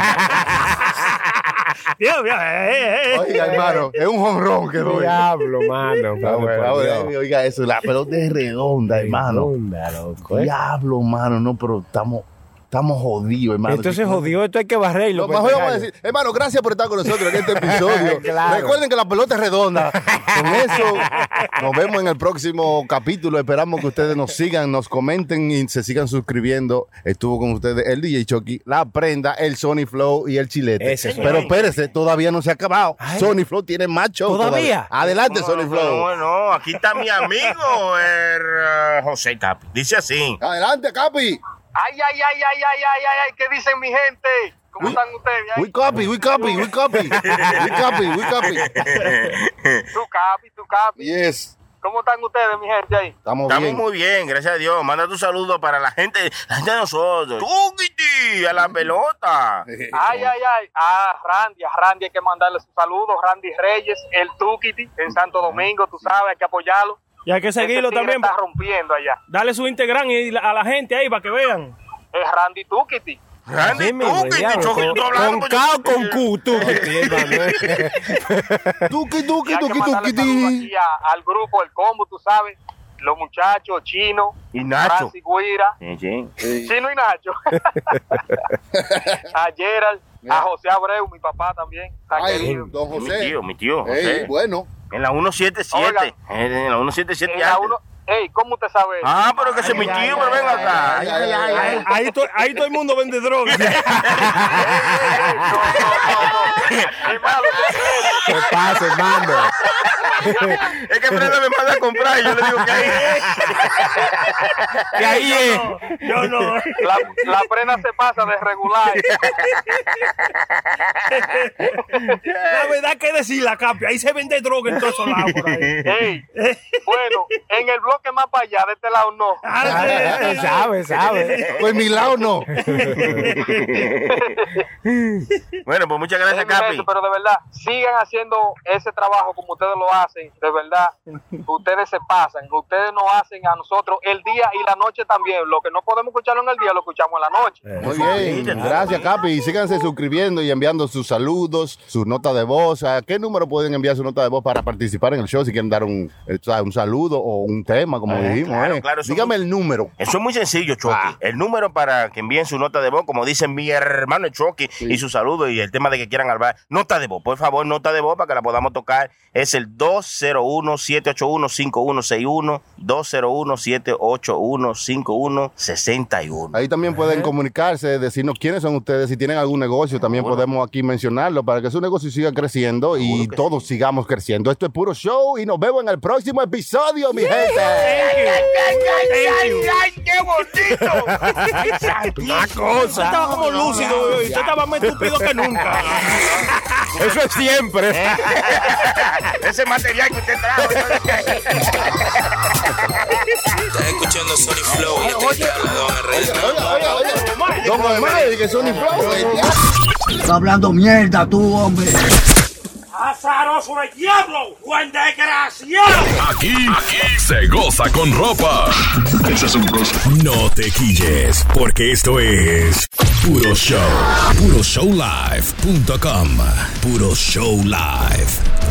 Dios, Dios, eh, eh, eh. Oiga, hermano, es un honrón que doy. Diablo, mano. Ah, bueno, ah, bueno, oiga eso, la pelota es redonda, hermano. Redonda, loco, eh. Diablo, hermano, no, pero estamos, estamos jodidos, hermano. Entonces jodió, esto hay que barrerlo. pues, Lo para mejor vamos a pegarlo. decir, hermano, gracias por estar con nosotros en este episodio. Claro. Recuerden que la pelota es redonda. Con eso, nos vemos en el próximo capítulo. Esperamos que ustedes nos sigan, nos comenten y se sigan suscribiendo. Estuvo con ustedes el DJ Chucky, la prenda, el Sony Flow y el chilete. Ese sí. Pero espérese, todavía no se ha acabado. Sony Flow tiene macho. ¿Todavía? Adelante, Bueno, Sony bueno, Flow. bueno, aquí está mi amigo eh, José Capi. Dice así. Adelante, Capi. Ay, ay, ay, ay, ay, ay, ay, ay, ¿qué dicen mi gente? ¿Mm? ¿Cómo están ustedes? Ay, We copy, we copy, we copy. We copy, we copy. Tu capi, tu capi. Yes. ¿Cómo están ustedes, mi gente ahí? Estamos Estamos bien. muy bien, gracias a Dios. Manda tu saludo para la gente, la gente de nosotros. ¡Tú, Kitty! ¡A la pelota! Ay, ay, ay. Ah, Randy, a Randy hay que mandarle sus saludos. Randy Reyes, el Tukiti, en Santo Domingo, tú sabes, hay que apoyarlo. Y hay que Ese seguirlo tigre también. está rompiendo allá. Dale su Instagram y la- a la gente ahí para que vean. Es Randy Tukiti. Randy, tú, Kitty, yo que estoy hablando Con K o con Q, tú. Tuki, Y tuki, hay que tuki, mandarle tuki, saludos tuki. aquí a- al grupo, el combo, tú sabes. Los muchachos, Chino, Y Nacho. Francis Guira, Sí, sí. Chino y Nacho. a Gerald, a José Abreu, mi papá también. está querido. don José. Mi tío, mi tío. Ey, José. bueno. En la Oiga. 177. En la 177. En la antes. uno- Ey, ¿cómo usted sabe? Ah, pero que ese es mi tío, pero venga acá. Ay, ay, ay, ay. Ahí, ahí to- ahí todo el mundo vende drogas. pues. ¿Qué pasa, hermano? Es que Freda me manda a comprar y yo le digo que ahí. Que ahí es. Yo no. La, la prenda se pasa de regular. La verdad que decir la capi. Ahí se vende droga en todos esos lados por ahí. Ey, bueno, en el bloque más para allá, de este lado no. Ah, Ah, Sabe, sabe. Pues mi lado no. Bueno, pues muchas gracias, Ey, pues mi gente, Capi. Pero de verdad, sigan así haciendo ese trabajo como ustedes lo hacen, de verdad, ustedes se pasan, ustedes nos hacen a nosotros el día y la noche también. Lo que no podemos escucharlo en el día, lo escuchamos en la noche. Muy bien, gracias Capi. Y síganse suscribiendo y enviando sus saludos, sus notas de voz. ¿A qué número pueden enviar su nota de voz para participar en el show si quieren dar un, eh, un saludo o un tema, como Ah, dijimos? claro, eh? claro, eso Dígame el número. Eso es muy sencillo, Chucky. El número para que envíen su nota de voz, como dice mi hermano Chucky, y su saludo y el tema de que quieran hablar. Nota de voz, por favor, nota de voz para que la podamos tocar. Es el 201-781-5161. 201-781-5161. Ahí también pueden comunicarse, decirnos quiénes son ustedes, si tienen algún negocio, también podemos aquí mencionarlo para que su negocio siga creciendo y todos sigamos creciendo. Esto es puro show y nos vemos en el próximo episodio, mi gente. ¡Qué bonito! La cosa. Estaba como lúcido, usted estaba más estúpido que nunca. Eso es siempre. Ese material que usted trajo. Estás escuchando Sony Flow y este que habla Don Don Omar, que Sony Está hablando mierda tú, hombre. ¡Azaroso el diablo! ¡Buen desgraciado! Aquí, aquí se goza con ropa. No te quilles, porque esto es Puro Show. PuroShowLive.com. Puro Show Live.